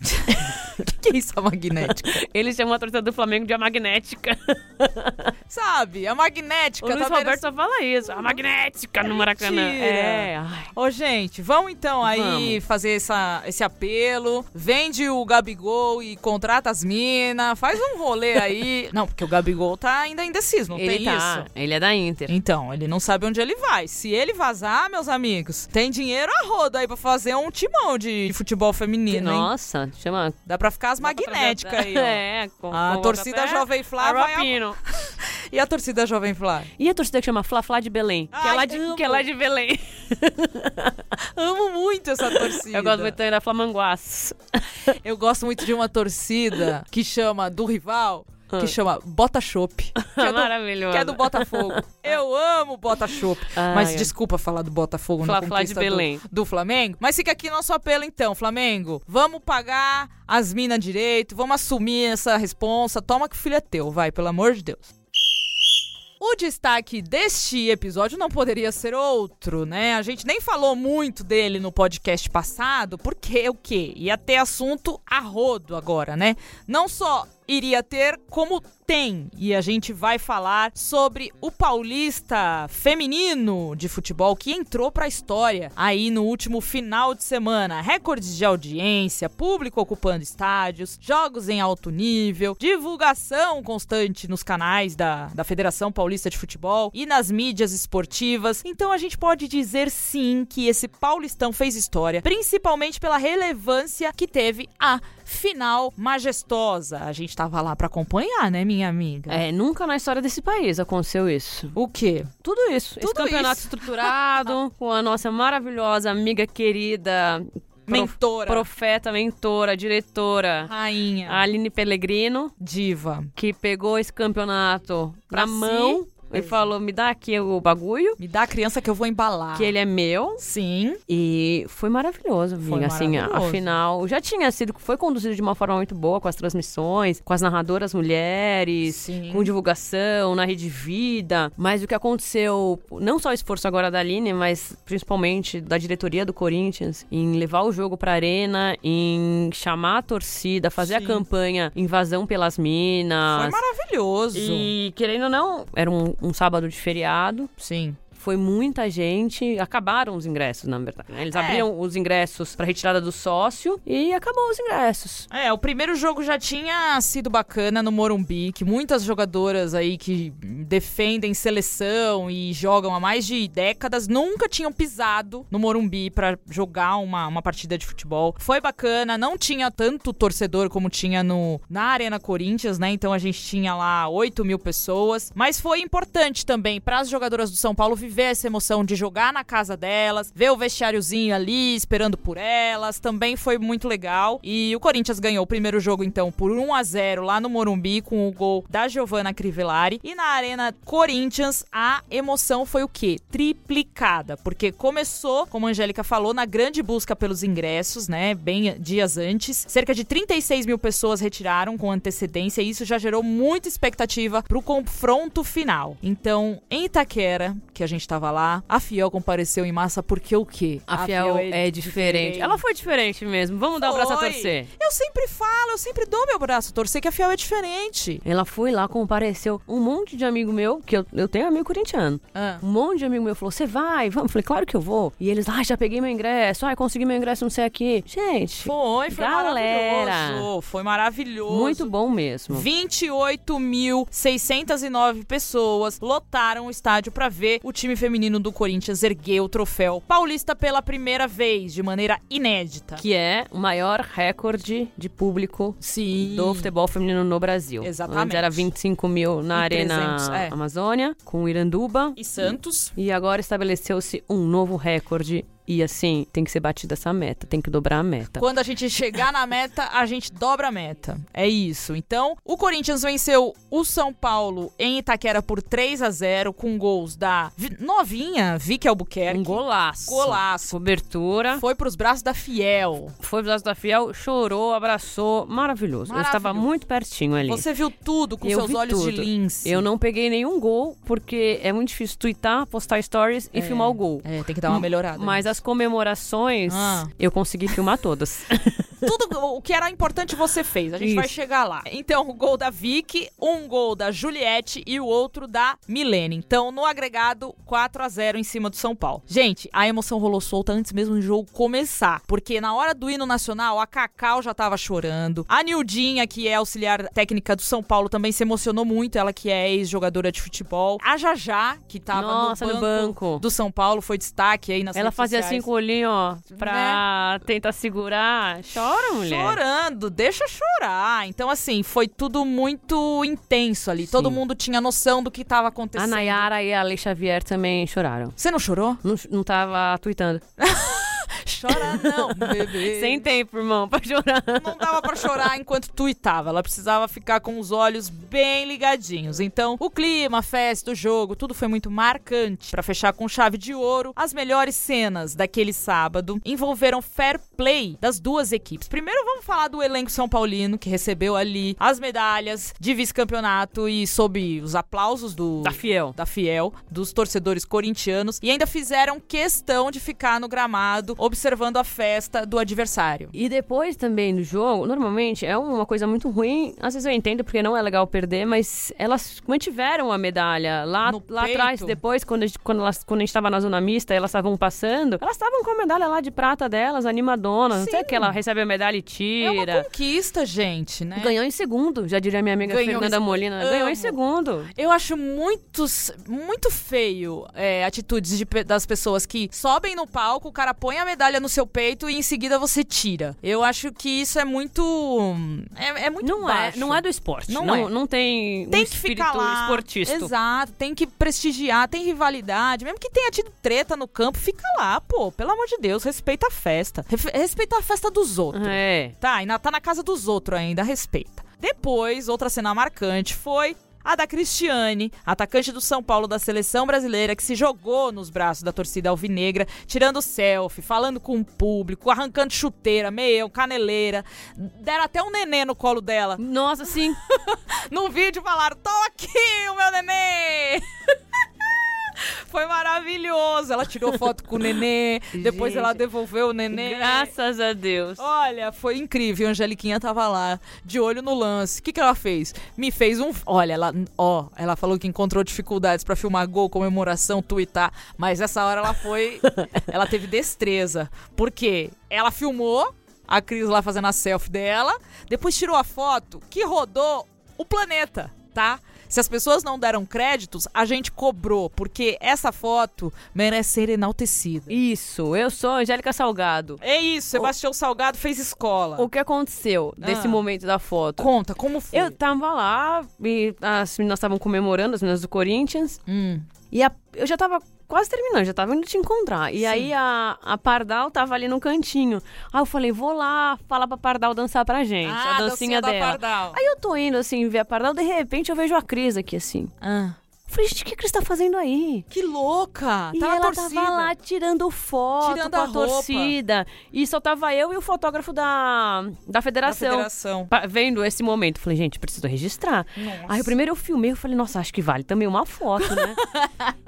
Speaker 1: que é isso, a magnética?
Speaker 2: Ele chamou a torcida do Flamengo de a magnética.
Speaker 1: Sabe? A magnética
Speaker 2: O Luiz
Speaker 1: tá
Speaker 2: Roberto só fala isso. A magnética no Maracanã.
Speaker 1: Mentira.
Speaker 2: É. ai.
Speaker 1: Ô, gente, vamos então aí
Speaker 2: Vamos.
Speaker 1: fazer essa, esse apelo. Vende o Gabigol e contrata as minas. Faz um rolê aí. não, porque o Gabigol tá ainda indeciso, não
Speaker 2: ele
Speaker 1: tem
Speaker 2: tá.
Speaker 1: isso.
Speaker 2: Ele é da Inter.
Speaker 1: Então, ele não sabe onde ele vai. Se ele vazar, meus amigos, tem dinheiro a rodo aí pra fazer um timão de futebol feminino, hein?
Speaker 2: Nossa, chama.
Speaker 1: Dá pra ficar as
Speaker 2: dá pra trazer-
Speaker 1: magnéticas aí, ó.
Speaker 2: É, com,
Speaker 1: A
Speaker 2: com-
Speaker 1: torcida
Speaker 2: até
Speaker 1: Jovem Flá
Speaker 2: a
Speaker 1: vai a-
Speaker 2: Rapino.
Speaker 1: E a torcida Jovem Flá?
Speaker 2: E a torcida que chama Fla Flá de Belém. que, é
Speaker 1: Ai,
Speaker 2: lá de,
Speaker 1: amo.
Speaker 2: que é lá de Belém.
Speaker 1: Amo muito essa torcida.
Speaker 2: Eu gosto muito também da Flamanguás.
Speaker 1: Eu gosto muito de uma torcida que chama do rival,
Speaker 2: Ah.
Speaker 1: que chama Bota Chopp. Que é do
Speaker 2: Maravilhoso.
Speaker 1: que é do Botafogo. Eu amo o Bota Chopp.
Speaker 2: Ai,
Speaker 1: mas
Speaker 2: ai.
Speaker 1: desculpa falar do Botafogo na
Speaker 2: Fla-Fla de
Speaker 1: conquista
Speaker 2: Belém.
Speaker 1: Do, do Flamengo. Mas fica aqui nosso apelo então, Flamengo. Vamos pagar as minas direito, vamos assumir essa responsa. Toma que o filho é teu, vai, pelo amor de Deus. O destaque deste episódio não poderia ser outro, né? A gente nem falou muito dele no podcast passado, porque o quê? Ia ter assunto a rodo agora, né? Não só iria ter, como tem. E a gente vai falar sobre o paulista feminino de futebol que entrou pra história aí no último final de semana. Recordes de audiência, público ocupando estádios, jogos em alto nível, divulgação constante nos canais da, da Federação Paulista de Futebol e nas mídias esportivas. Então a gente pode dizer sim que esse paulistão fez história, principalmente pela relevância que teve a final majestosa. A gente tava lá pra acompanhar, né, minha amiga?
Speaker 2: É, nunca na história desse país aconteceu isso.
Speaker 1: O quê?
Speaker 2: Tudo isso. Esse
Speaker 1: Tudo
Speaker 2: campeonato
Speaker 1: isso.
Speaker 2: estruturado, com a nossa maravilhosa amiga querida,
Speaker 1: Mentora,
Speaker 2: profeta, mentora, diretora,
Speaker 1: rainha,
Speaker 2: a Aline Pellegrino,
Speaker 1: diva.
Speaker 2: que pegou esse campeonato pra
Speaker 1: Pra si.
Speaker 2: mão e
Speaker 1: Exato.
Speaker 2: falou: me dá aqui o bagulho,
Speaker 1: Me dá a criança que eu vou embalar.
Speaker 2: que ele é meu.
Speaker 1: Sim.
Speaker 2: E foi maravilhoso, amiga.
Speaker 1: Foi
Speaker 2: assim,
Speaker 1: maravilhoso.
Speaker 2: afinal, já tinha sido, foi conduzido de uma forma muito boa com as transmissões, com as narradoras mulheres,
Speaker 1: Sim.
Speaker 2: com divulgação na Rede Vida. Mas o que aconteceu, não só o esforço agora da Aline, mas principalmente da diretoria do Corinthians, em levar o jogo pra arena, em chamar a torcida, fazer
Speaker 1: Sim.
Speaker 2: a campanha Invasão pelas Minas.
Speaker 1: Foi maravilhoso.
Speaker 2: E querendo ou não, era um- um sábado de feriado.
Speaker 1: Sim.
Speaker 2: Foi muita gente. Acabaram os ingressos, na verdade. né? Eles
Speaker 1: É.
Speaker 2: abriam os ingressos para retirada do sócio e acabou os ingressos.
Speaker 1: É, o primeiro jogo já tinha sido bacana no Morumbi, que muitas jogadoras aí que defendem seleção e jogam há mais de décadas nunca tinham pisado no Morumbi pra jogar uma, uma partida de futebol. Foi bacana, não tinha tanto torcedor como tinha no na Arena Corinthians, né? Então a gente tinha lá 8 mil pessoas, mas foi importante também para as jogadoras do São Paulo viver essa emoção de jogar na casa delas, ver o vestiáriozinho ali esperando por elas, também foi muito legal. E o Corinthians ganhou o primeiro jogo então por 1 a 0 lá no Morumbi com o gol da Giovanna Crivellari e na Arena Corinthians a emoção foi o quê? Triplicada, porque começou, como a Angélica falou, na grande busca pelos ingressos, né? Bem dias antes. Cerca de 36 mil pessoas retiraram com antecedência e isso já gerou muita expectativa pro confronto final. Então, em Itaquera, que a gente tava lá, a Fiel compareceu em massa porque o quê? é
Speaker 2: é Ela foi Ah, diferente mesmo. Vamos dar o braço a
Speaker 1: Foi.
Speaker 2: torcer.
Speaker 1: Eu sempre falo, eu sempre dou meu braço a torcer que a Fiel é diferente.
Speaker 2: Ela foi lá, compareceu um monte de amigo meu, que eu, eu tenho amigo corintiano.
Speaker 1: Ah.
Speaker 2: Um monte de amigo meu falou: Você vai? Vamos? Eu falei: Claro que eu vou. E eles, ah, já peguei meu ingresso, ai, consegui meu ingresso, não sei aqui. Gente,
Speaker 1: Foi, foi
Speaker 2: Galera.
Speaker 1: maravilhoso. Foi maravilhoso.
Speaker 2: muito bom mesmo.
Speaker 1: 28.609 pessoas lotaram o estádio para ver o time feminino do Corinthians erguer o troféu paulista pela primeira vez, de maneira inédita.
Speaker 2: Que é o maior recorde de público
Speaker 1: Sim.
Speaker 2: do futebol feminino no Brasil.
Speaker 1: Exatamente.
Speaker 2: Antes era 25 mil na
Speaker 1: E
Speaker 2: Arena
Speaker 1: 300, é.
Speaker 2: Amazônia, com Iranduba.
Speaker 1: E Santos.
Speaker 2: E agora estabeleceu-se um novo recorde. E assim, tem que ser batida essa meta, tem que dobrar a meta.
Speaker 1: Quando a gente chegar na meta, a gente dobra a meta. É isso. Então, o Corinthians venceu o São Paulo em Itaquera por 3 a 0 com gols da Vi- novinha Vicky Albuquerque.
Speaker 2: Um golaço.
Speaker 1: Golaço.
Speaker 2: Cobertura.
Speaker 1: Foi pros braços da Fiel.
Speaker 2: Foi pro braço da Fiel, chorou, abraçou. Maravilhoso. Eu estava
Speaker 1: Maravilhoso.
Speaker 2: muito pertinho ali.
Speaker 1: Você viu tudo com
Speaker 2: Eu
Speaker 1: seus
Speaker 2: vi
Speaker 1: olhos de
Speaker 2: tudo.
Speaker 1: lince.
Speaker 2: Eu não peguei nenhum gol, porque é muito difícil twittar, postar stories e filmar o gol.
Speaker 1: É, tem que dar uma melhorada.
Speaker 2: Mas as comemorações,
Speaker 1: Ah.
Speaker 2: eu consegui filmar todas.
Speaker 1: Tudo o que era importante você fez. A gente vai chegar lá. Então, o gol da Vicky, um gol da Juliette e o outro da Milene. Então, no agregado, 4 a 0 em cima do São Paulo. Gente, a emoção rolou solta antes mesmo do jogo começar. Porque na hora do hino nacional, a Cacau já tava chorando. A Nildinha, que é auxiliar técnica do São Paulo, também se emocionou muito. Ela que é ex-jogadora de futebol. A Jajá, que tava
Speaker 2: Nossa,
Speaker 1: no,
Speaker 2: no
Speaker 1: banco
Speaker 2: banco.
Speaker 1: do São Paulo, foi destaque aí nas
Speaker 2: Ela
Speaker 1: redes
Speaker 2: fazia
Speaker 1: sociais.
Speaker 2: assim com o olhinho, ó, pra tentar segurar. Né? Chora, mulher.
Speaker 1: Chorando, deixa chorar. Então, assim, foi tudo muito intenso ali. Todo mundo tinha noção do que tava acontecendo.
Speaker 2: A Nayara e a Lei Xavier também choraram.
Speaker 1: Você não chorou?
Speaker 2: Não, não tava tweetando.
Speaker 1: Chora não, bebê.
Speaker 2: Sem tempo, irmão, pra chorar.
Speaker 1: Não dava pra chorar enquanto tuitava. Ela precisava ficar com os olhos bem ligadinhos. Então, o clima, a festa, o jogo, tudo foi muito marcante. Pra fechar com chave de ouro, as melhores cenas daquele sábado envolveram fair play das duas equipes. Primeiro, vamos falar do elenco São Paulino, que recebeu ali as medalhas de vice-campeonato e sob os aplausos do
Speaker 2: Tá fiel.
Speaker 1: da Fiel, dos torcedores corintianos, e ainda fizeram questão de ficar no gramado observando a festa do adversário.
Speaker 2: E depois também do jogo, normalmente é uma coisa muito ruim. Às vezes eu entendo porque não é legal perder, mas elas mantiveram a medalha lá,
Speaker 1: No
Speaker 2: lá
Speaker 1: peito.
Speaker 2: atrás, depois, quando a gente, quando, elas, quando a gente tava na zona mista e elas estavam passando, elas estavam com a medalha lá de prata delas, animadonas. Não sei
Speaker 1: Sim.
Speaker 2: que ela recebe a medalha e
Speaker 1: É uma
Speaker 2: tira.
Speaker 1: conquista, gente, né?
Speaker 2: Ganhou em segundo, já diria minha amiga
Speaker 1: Ganhou em
Speaker 2: Fernanda
Speaker 1: segundo.
Speaker 2: Molina.
Speaker 1: Amo.
Speaker 2: Ganhou em segundo.
Speaker 1: Eu acho muito, muito feio é, atitudes de pe- das pessoas que sobem no palco, o cara põe a medalha no seu peito e em seguida você tira. Eu acho que isso é muito. É, é muito
Speaker 2: Não
Speaker 1: baixo.
Speaker 2: é, não é do esporte.
Speaker 1: Não
Speaker 2: Não,
Speaker 1: é.
Speaker 2: não, tem, um
Speaker 1: tem que
Speaker 2: espírito
Speaker 1: ficar lá.
Speaker 2: esportista.
Speaker 1: Exato, tem que prestigiar, tem rivalidade. Mesmo que tenha tido treta no campo, fica lá, pô. Pelo amor de Deus, respeita a festa. Ref- Respeita a festa dos outros.
Speaker 2: É.
Speaker 1: Tá, ainda tá na casa dos outros ainda, respeita. Depois, outra cena marcante foi a da Cristiane, atacante do São Paulo da seleção brasileira, que se jogou nos braços da torcida alvinegra, tirando selfie, falando com o público, arrancando chuteira, meião, caneleira. Deram até um nenê no colo dela.
Speaker 2: Nossa, sim.
Speaker 1: No vídeo falaram: tô aqui, o meu nenê! Foi maravilhoso. Ela tirou foto com o nenê, depois
Speaker 2: Gente.
Speaker 1: ela devolveu o nenê.
Speaker 2: Graças a Deus.
Speaker 1: Olha, foi incrível. A Angeliquinha tava lá, de olho no lance. O que, que ela fez? Me fez um. Olha, ela, ó, ela falou que encontrou dificuldades pra filmar gol, comemoração, twittar. Mas essa hora ela foi. ela teve destreza. Porque ela filmou a Cris lá fazendo a selfie dela, depois tirou a foto que rodou o planeta, tá? Se as pessoas não deram créditos, a gente cobrou, porque essa foto merece ser enaltecida.
Speaker 2: Isso, eu sou a Angélica Salgado.
Speaker 1: É isso, Sebastião Salgado fez escola.
Speaker 2: O que aconteceu desse
Speaker 1: Ah.
Speaker 2: momento da foto?
Speaker 1: Conta, como foi?
Speaker 2: Eu tava lá e as meninas estavam comemorando, as meninas do Corinthians,
Speaker 1: Hum.
Speaker 2: e a- eu já tava quase terminando, já tava indo te encontrar. E aí a, a Pardal tava ali no cantinho. Aí eu falei, vou lá falar pra Pardal dançar pra gente,
Speaker 1: Ah,
Speaker 2: a
Speaker 1: a
Speaker 2: dancinha
Speaker 1: dancinha da
Speaker 2: dela.
Speaker 1: Pardal.
Speaker 2: Aí eu tô indo assim ver a Pardal, de repente eu vejo a Cris aqui assim.
Speaker 1: Ah.
Speaker 2: Falei, gente, o que a Cris tá fazendo aí?
Speaker 1: Que louca!
Speaker 2: E
Speaker 1: tá na
Speaker 2: ela
Speaker 1: torcida.
Speaker 2: tava lá tirando foto
Speaker 1: Tirando
Speaker 2: com
Speaker 1: a
Speaker 2: a,
Speaker 1: roupa.
Speaker 2: torcida. E só tava eu e o fotógrafo da, da
Speaker 1: na
Speaker 2: federação.
Speaker 1: federação.
Speaker 2: Pa- Vendo esse momento, falei, gente, preciso registrar. Aí primeiro eu filmei, eu falei, nossa, acho que vale também uma foto, né?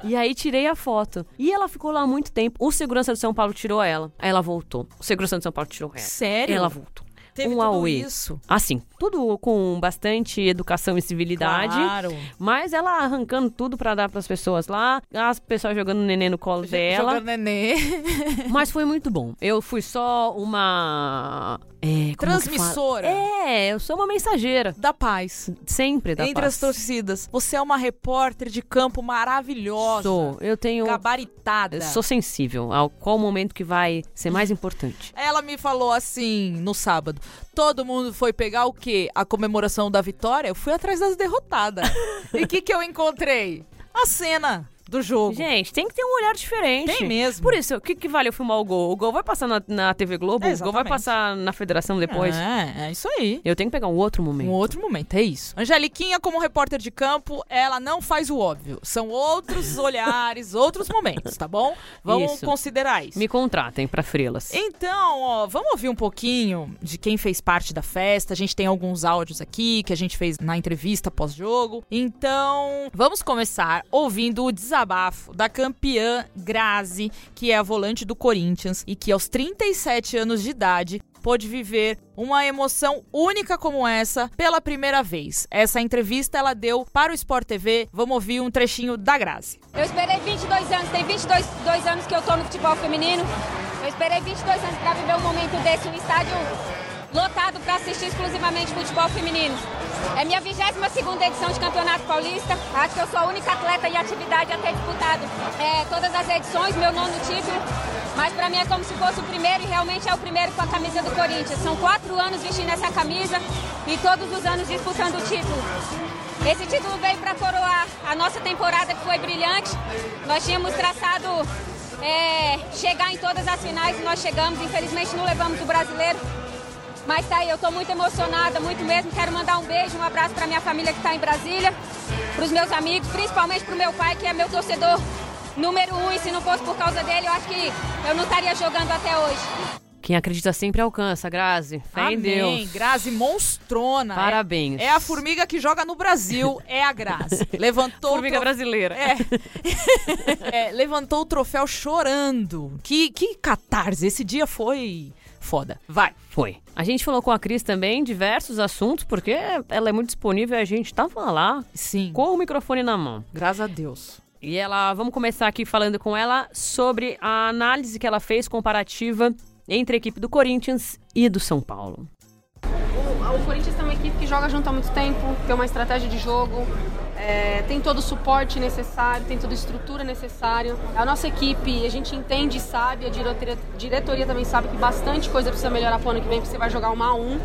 Speaker 2: e aí tirei a foto. E ela ficou lá muito tempo. O segurança do São Paulo tirou ela. Aí ela voltou. O segurança do São Paulo tirou ela.
Speaker 1: Sério?
Speaker 2: Ela voltou.
Speaker 1: É. Teve
Speaker 2: um
Speaker 1: tudo
Speaker 2: auê.
Speaker 1: isso?
Speaker 2: Assim, tudo com bastante educação e civilidade.
Speaker 1: Claro.
Speaker 2: Mas ela arrancando tudo pra dar pras pessoas lá, as pessoas jogando neném no colo dela.
Speaker 1: Jogando nenê.
Speaker 2: Mas foi muito bom. Eu fui só uma. É, como que
Speaker 1: Transmissora.
Speaker 2: fala? É, eu sou uma mensageira.
Speaker 1: Da paz.
Speaker 2: Sempre da
Speaker 1: Entre
Speaker 2: paz.
Speaker 1: as torcidas. Você é uma repórter de campo maravilhosa.
Speaker 2: Sou. Eu tenho.
Speaker 1: Gabaritada.
Speaker 2: eu Sou sensível ao qual momento que vai ser mais importante.
Speaker 1: Ela me falou assim no sábado: todo mundo foi pegar o quê? A comemoração da vitória? Eu fui atrás das derrotadas. e o que, que eu encontrei? A cena do jogo.
Speaker 2: Gente, tem que ter um olhar diferente.
Speaker 1: Tem mesmo.
Speaker 2: Por isso, o que, que vale eu filmar o gol? O gol vai passar na, na TV Globo?
Speaker 1: É,
Speaker 2: o gol vai
Speaker 1: exatamente.
Speaker 2: passar na federação depois?
Speaker 1: É, é isso aí.
Speaker 2: Eu tenho que pegar um outro
Speaker 1: Um
Speaker 2: momento.
Speaker 1: outro momento, é isso. Angeliquinha, como repórter de campo, ela não faz o óbvio. São outros olhares, outros momentos, tá bom? Vamos
Speaker 2: Isso.
Speaker 1: considerar isso.
Speaker 2: Me contratem pra freelas.
Speaker 1: Então, ó, vamos ouvir um pouquinho de quem fez parte da festa. A gente tem alguns áudios aqui que a gente fez na entrevista pós-jogo. Então, vamos começar ouvindo o desabafo da campeã Grazi, que é a volante do Corinthians e que aos 37 anos de idade pôde viver uma emoção única como essa pela primeira vez. Essa entrevista ela deu para o Sport TV. Vamos ouvir um trechinho da Grazi.
Speaker 4: Eu esperei 22 anos, tem 22 dois anos que eu tô no futebol feminino. Eu esperei 22 anos para viver um momento desse, um estádio lotado para assistir exclusivamente futebol feminino. É minha 22ª edição de Campeonato Paulista. Acho que eu sou a única atleta em atividade a ter disputado é, todas as edições, meu nono título. Mas para mim é como se fosse o primeiro e realmente é o primeiro com a camisa do Corinthians. São quatro anos vestindo essa camisa e todos os anos disputando o título. Esse título veio para coroar a nossa temporada que foi brilhante. Nós tínhamos traçado é, chegar em todas as finais e nós chegamos. Infelizmente não levamos o brasileiro. Mas tá aí, eu estou muito emocionada, muito mesmo. Quero mandar um beijo, um abraço para minha família que está em Brasília, para os meus amigos, principalmente para o meu pai, que é meu torcedor número um. E se não fosse por causa dele, eu acho que eu não estaria jogando até hoje.
Speaker 2: Quem acredita sempre alcança, Grazi. Fé
Speaker 1: Amém.
Speaker 2: em Deus.
Speaker 1: Grazi monstrona.
Speaker 2: Parabéns.
Speaker 1: É, é a formiga que joga no Brasil, é a Grazi. Levantou. o
Speaker 2: Formiga
Speaker 1: tro-
Speaker 2: brasileira.
Speaker 1: É. É, levantou o troféu chorando. Que, que catarse. Esse dia foi foda. Vai.
Speaker 2: Foi. A gente falou com a Cris também diversos assuntos, porque ela é muito disponível e a gente tava lá
Speaker 1: Sim.
Speaker 2: com o microfone na mão.
Speaker 1: Graças a Deus.
Speaker 2: E ela, vamos começar aqui falando com ela sobre a análise que ela fez comparativa entre a equipe do Corinthians e do São Paulo.
Speaker 5: O, o Corinthians é uma equipe que joga junto há muito tempo, tem uma estratégia de jogo, é, tem todo o suporte necessário, tem toda a estrutura necessária. É A nossa equipe, a gente entende e sabe, a diretoria, diretoria também sabe que bastante coisa precisa melhorar pro ano que vem, porque você vai jogar uma a um,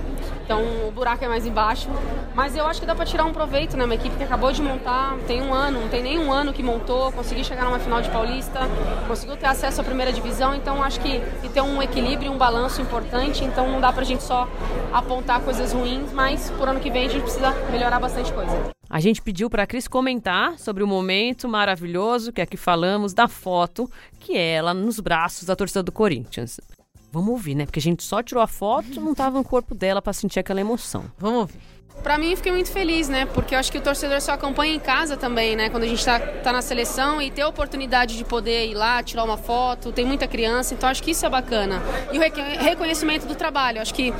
Speaker 5: então o buraco é mais embaixo. Mas eu acho que dá pra tirar um proveito, né? Uma equipe que acabou de montar, tem um ano, não tem nem um ano que montou, conseguiu chegar numa final de Paulista, conseguiu ter acesso à primeira divisão, então acho que e ter um equilíbrio, um balanço importante, então não dá pra gente só apontar coisas ruins, mas por ano que vem a gente precisa melhorar bastante coisa.
Speaker 2: A gente pediu para a Cris comentar sobre o momento maravilhoso que aqui falamos da foto que é ela nos braços da torcida do Corinthians. Vamos ouvir, né? Porque a gente só tirou a foto, não tava no corpo dela para sentir aquela emoção.
Speaker 1: Vamos ouvir.
Speaker 5: Pra mim, eu fiquei muito feliz, né? Porque eu acho que o torcedor só acompanha em casa também, né? Quando a gente tá, tá na seleção e ter a oportunidade de poder ir lá, tirar uma foto, tem muita criança, então acho que isso é bacana. E o reque- reconhecimento do trabalho, acho que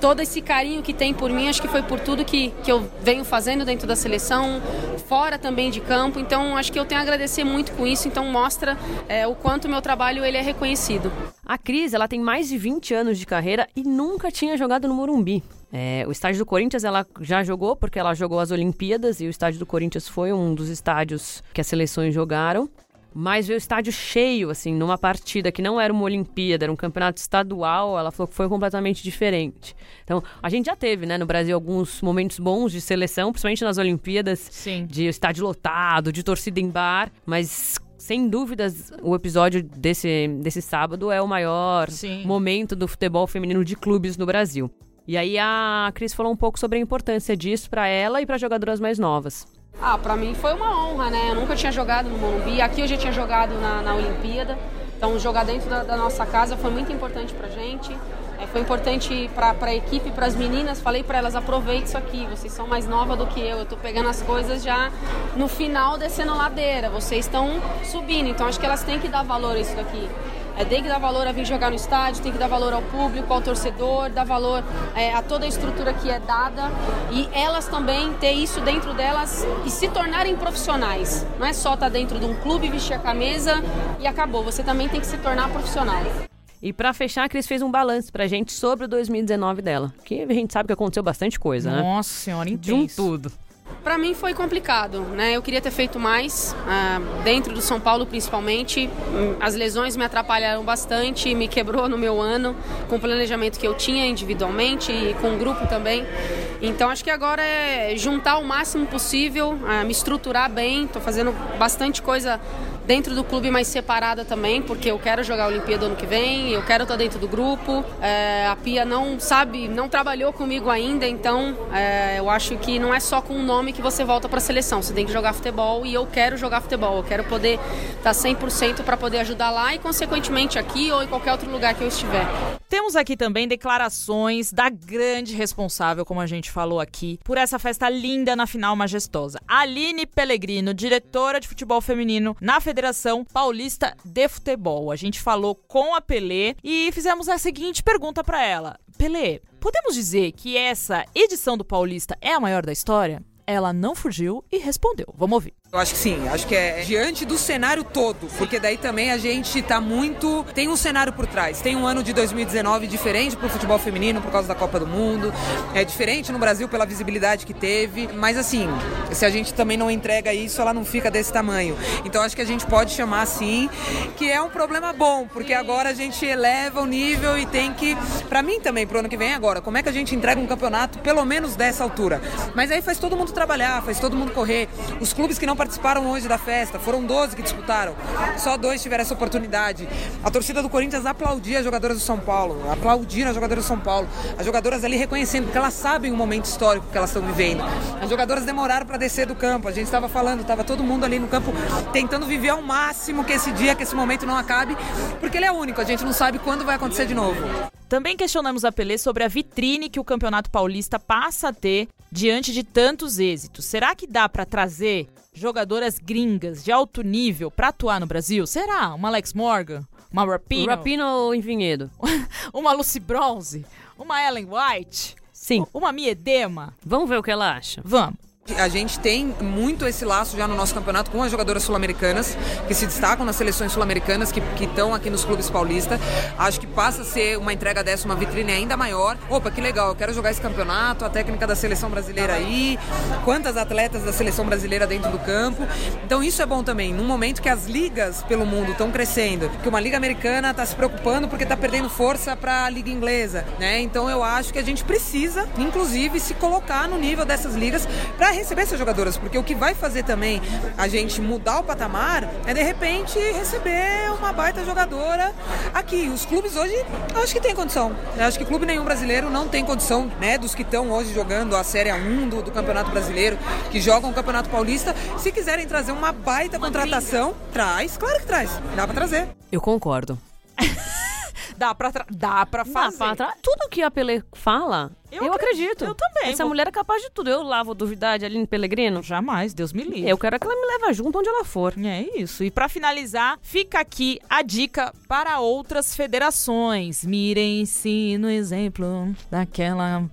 Speaker 5: todo esse carinho que tem por mim, acho que foi por tudo que, que eu venho fazendo dentro da seleção, fora também de campo, então acho que eu tenho a agradecer muito com isso, então mostra é, o quanto o meu trabalho ele é reconhecido.
Speaker 2: A Cris, ela tem mais de 20 anos de carreira e nunca tinha jogado no Morumbi. É, o estádio do Corinthians ela já jogou porque ela jogou as Olimpíadas e o estádio do Corinthians foi um dos estádios que as seleções jogaram. Mas veio o estádio cheio, assim, numa partida que não era uma Olimpíada, era um campeonato estadual, ela falou que foi completamente diferente. Então, a gente já teve, né, no Brasil, alguns momentos bons de seleção, principalmente nas Olimpíadas,
Speaker 1: Sim.
Speaker 2: de estádio lotado, de torcida em bar, mas sem dúvidas o episódio desse, desse sábado é o maior
Speaker 1: Sim.
Speaker 2: momento do futebol feminino de clubes no Brasil. E aí a Cris falou um pouco sobre a importância disso pra ela e pra jogadoras mais novas.
Speaker 5: Ah, pra mim foi uma honra, né? Eu nunca tinha jogado no Morumbi, aqui eu já tinha jogado na, na Olimpíada. Então, jogar dentro da, da nossa casa foi muito importante pra gente. É, foi importante pra, pra equipe, pras meninas. Falei pra elas: aproveita isso aqui, vocês são mais novas do que eu. Eu tô pegando as coisas já no final descendo ladeira, vocês estão subindo. Então, acho que elas têm que dar valor a isso daqui. É, tem que dar valor a vir jogar no estádio, tem que dar valor ao público, ao torcedor, dar valor é, a toda a estrutura que é dada e elas também ter isso dentro delas e se tornarem profissionais. Não é só estar dentro de um clube, vestir a camisa e acabou. Você também tem que se tornar profissional.
Speaker 2: E pra fechar, a Cris fez um balanço pra gente sobre o 2019 dela, que a gente sabe que aconteceu bastante coisa, né?
Speaker 1: Nossa senhora,
Speaker 2: De um
Speaker 1: intenso.
Speaker 2: tudo.
Speaker 5: Pra mim foi complicado, né? Eu queria ter feito mais, ah, dentro do São Paulo principalmente. Hum, As lesões me atrapalharam bastante, me quebrou no meu ano, com o planejamento que eu tinha individualmente e com o grupo também. Então acho que agora é juntar o máximo possível, ah, me estruturar bem. Tô fazendo bastante coisa dentro do clube, mas separada também, porque eu quero jogar a Olimpíada ano que vem, eu quero estar dentro do grupo. É, a Pia não sabe, não trabalhou comigo ainda, então é, eu acho que não é só com o nome que você volta para a seleção, você tem que jogar futebol e eu quero jogar futebol, eu quero poder tá estar 100% para poder ajudar lá e, consequentemente, aqui ou em qualquer outro lugar que eu estiver.
Speaker 1: Temos aqui também declarações da grande responsável, como a gente falou aqui, por essa festa linda na final majestosa. Aline Pellegrino, diretora de futebol feminino na Federação Paulista de Futebol. A gente falou com a Pelé e fizemos a seguinte pergunta para ela: Pelé, podemos dizer que essa edição do Paulista é a maior da história? Ela não fugiu e respondeu. Vamos ouvir.
Speaker 6: Eu acho que sim, acho que é diante do cenário todo, porque daí também a gente está muito. Tem um cenário por trás. Tem um ano de 2019 diferente para o futebol feminino por causa da Copa do Mundo, é diferente no Brasil pela visibilidade que teve, mas assim, se a gente também não entrega isso, ela não fica desse tamanho. Então acho que a gente pode chamar assim, que é um problema bom, porque agora a gente eleva o nível e tem que. Para mim também, pro ano que vem, agora, como é que a gente entrega um campeonato pelo menos dessa altura? Mas aí faz todo mundo trabalhar, faz todo mundo correr. Os clubes que não participaram hoje da festa. Foram 12 que disputaram. Só dois tiveram essa oportunidade. A torcida do Corinthians aplaudia as jogadoras do São Paulo. Aplaudiram as jogadoras do São Paulo. As jogadoras ali reconhecendo, porque elas sabem o momento histórico que elas estão vivendo. As jogadoras demoraram para descer do campo. A gente estava falando, estava todo mundo ali no campo tentando viver ao máximo que esse dia, que esse momento não acabe, porque ele é único. A gente não sabe quando vai acontecer de novo.
Speaker 1: Também questionamos a Pelé sobre a vitrine que o Campeonato Paulista passa a ter diante de tantos êxitos. Será que dá para trazer jogadoras gringas de alto nível para atuar no Brasil? Será? Uma Alex Morgan? Uma Rapino?
Speaker 2: Rapino em Vinhedo.
Speaker 1: Uma Lucy Bronze? Uma Ellen White?
Speaker 2: Sim.
Speaker 1: Uma Miedema?
Speaker 2: Vamos ver o que ela acha.
Speaker 1: Vamos.
Speaker 6: A gente tem muito esse laço já no nosso campeonato com as jogadoras sul-americanas, que se destacam nas seleções sul-americanas, que estão aqui nos clubes paulistas. Acho que passa a ser uma entrega dessa, uma vitrine ainda maior. Opa, que legal, eu quero jogar esse campeonato, a técnica da seleção brasileira aí, quantas atletas da seleção brasileira dentro do campo. Então isso é bom também, num momento que as ligas pelo mundo estão crescendo, que uma liga americana está se preocupando porque está perdendo força para a liga inglesa, né? Então eu acho que a gente precisa, inclusive, se colocar no nível dessas ligas para receber essas jogadoras, porque o que vai fazer também a gente mudar o patamar é de repente receber uma baita jogadora aqui. Os clubes hoje, eu acho que tem condição. Eu acho que clube nenhum brasileiro não tem condição, né, dos que estão hoje jogando a Série 1 do, do Campeonato Brasileiro, que jogam o Campeonato Paulista, se quiserem trazer uma baita contratação, traz, claro que traz. Dá pra trazer.
Speaker 2: Eu concordo.
Speaker 1: Dá pra, tra- dá pra fazer.
Speaker 2: Dá pra tra- Tudo que a Pelé fala,
Speaker 1: Eu
Speaker 2: eu,
Speaker 1: acredito.
Speaker 2: acredito.
Speaker 1: Eu também.
Speaker 2: Essa
Speaker 1: Vou-
Speaker 2: mulher é capaz de tudo. Eu lá vou duvidar de Aline Pellegrino.
Speaker 1: Jamais, Deus me livre.
Speaker 2: Eu quero é que ela me leve junto onde ela for.
Speaker 1: É isso. E pra finalizar, fica aqui a dica para outras federações. Mirem-se no exemplo daquela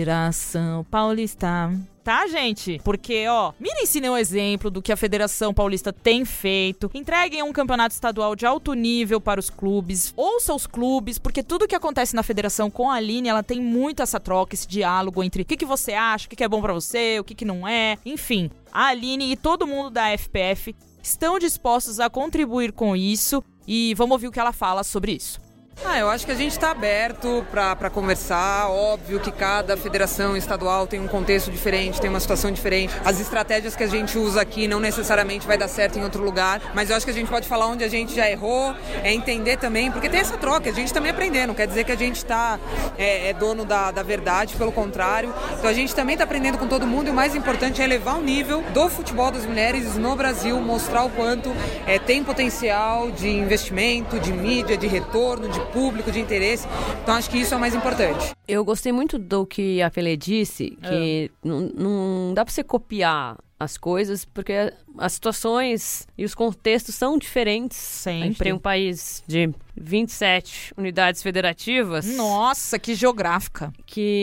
Speaker 1: federação paulista. Tá, gente? Porque, ó, mirem-se no exemplo do que a Federação Paulista tem feito. Entreguem um campeonato estadual de alto nível para os clubes. Ouça os clubes, porque tudo que acontece na federação com a Aline, ela tem muito essa troca, esse diálogo entre o que, que você acha, o que, que é bom pra você, o que, que não é. Enfim, a Aline e todo mundo da FPF estão dispostos a contribuir com isso e vamos ouvir o que ela fala sobre isso.
Speaker 6: Ah, eu acho que a gente está aberto para conversar. Óbvio que cada federação estadual tem um contexto diferente, tem uma situação diferente. As estratégias que a gente usa aqui não necessariamente vai dar certo em outro lugar, mas eu acho que a gente pode falar onde a gente já errou, é entender também, porque tem essa troca, a gente também aprendendo. Não quer dizer que a gente está é, é dono da, da verdade, pelo contrário. Então a gente também está aprendendo com todo mundo e o mais importante é elevar o nível do futebol das mulheres no Brasil, mostrar o quanto é, tem potencial de investimento, de mídia, de retorno, de público, de interesse. Então acho que isso é o mais importante.
Speaker 2: Eu gostei muito do que a Pelé disse, que n- não dá pra você copiar as coisas, porque as situações e os contextos são diferentes. A gente
Speaker 1: Sempre.
Speaker 2: tem um país de 27 unidades federativas.
Speaker 1: Nossa, que geográfica.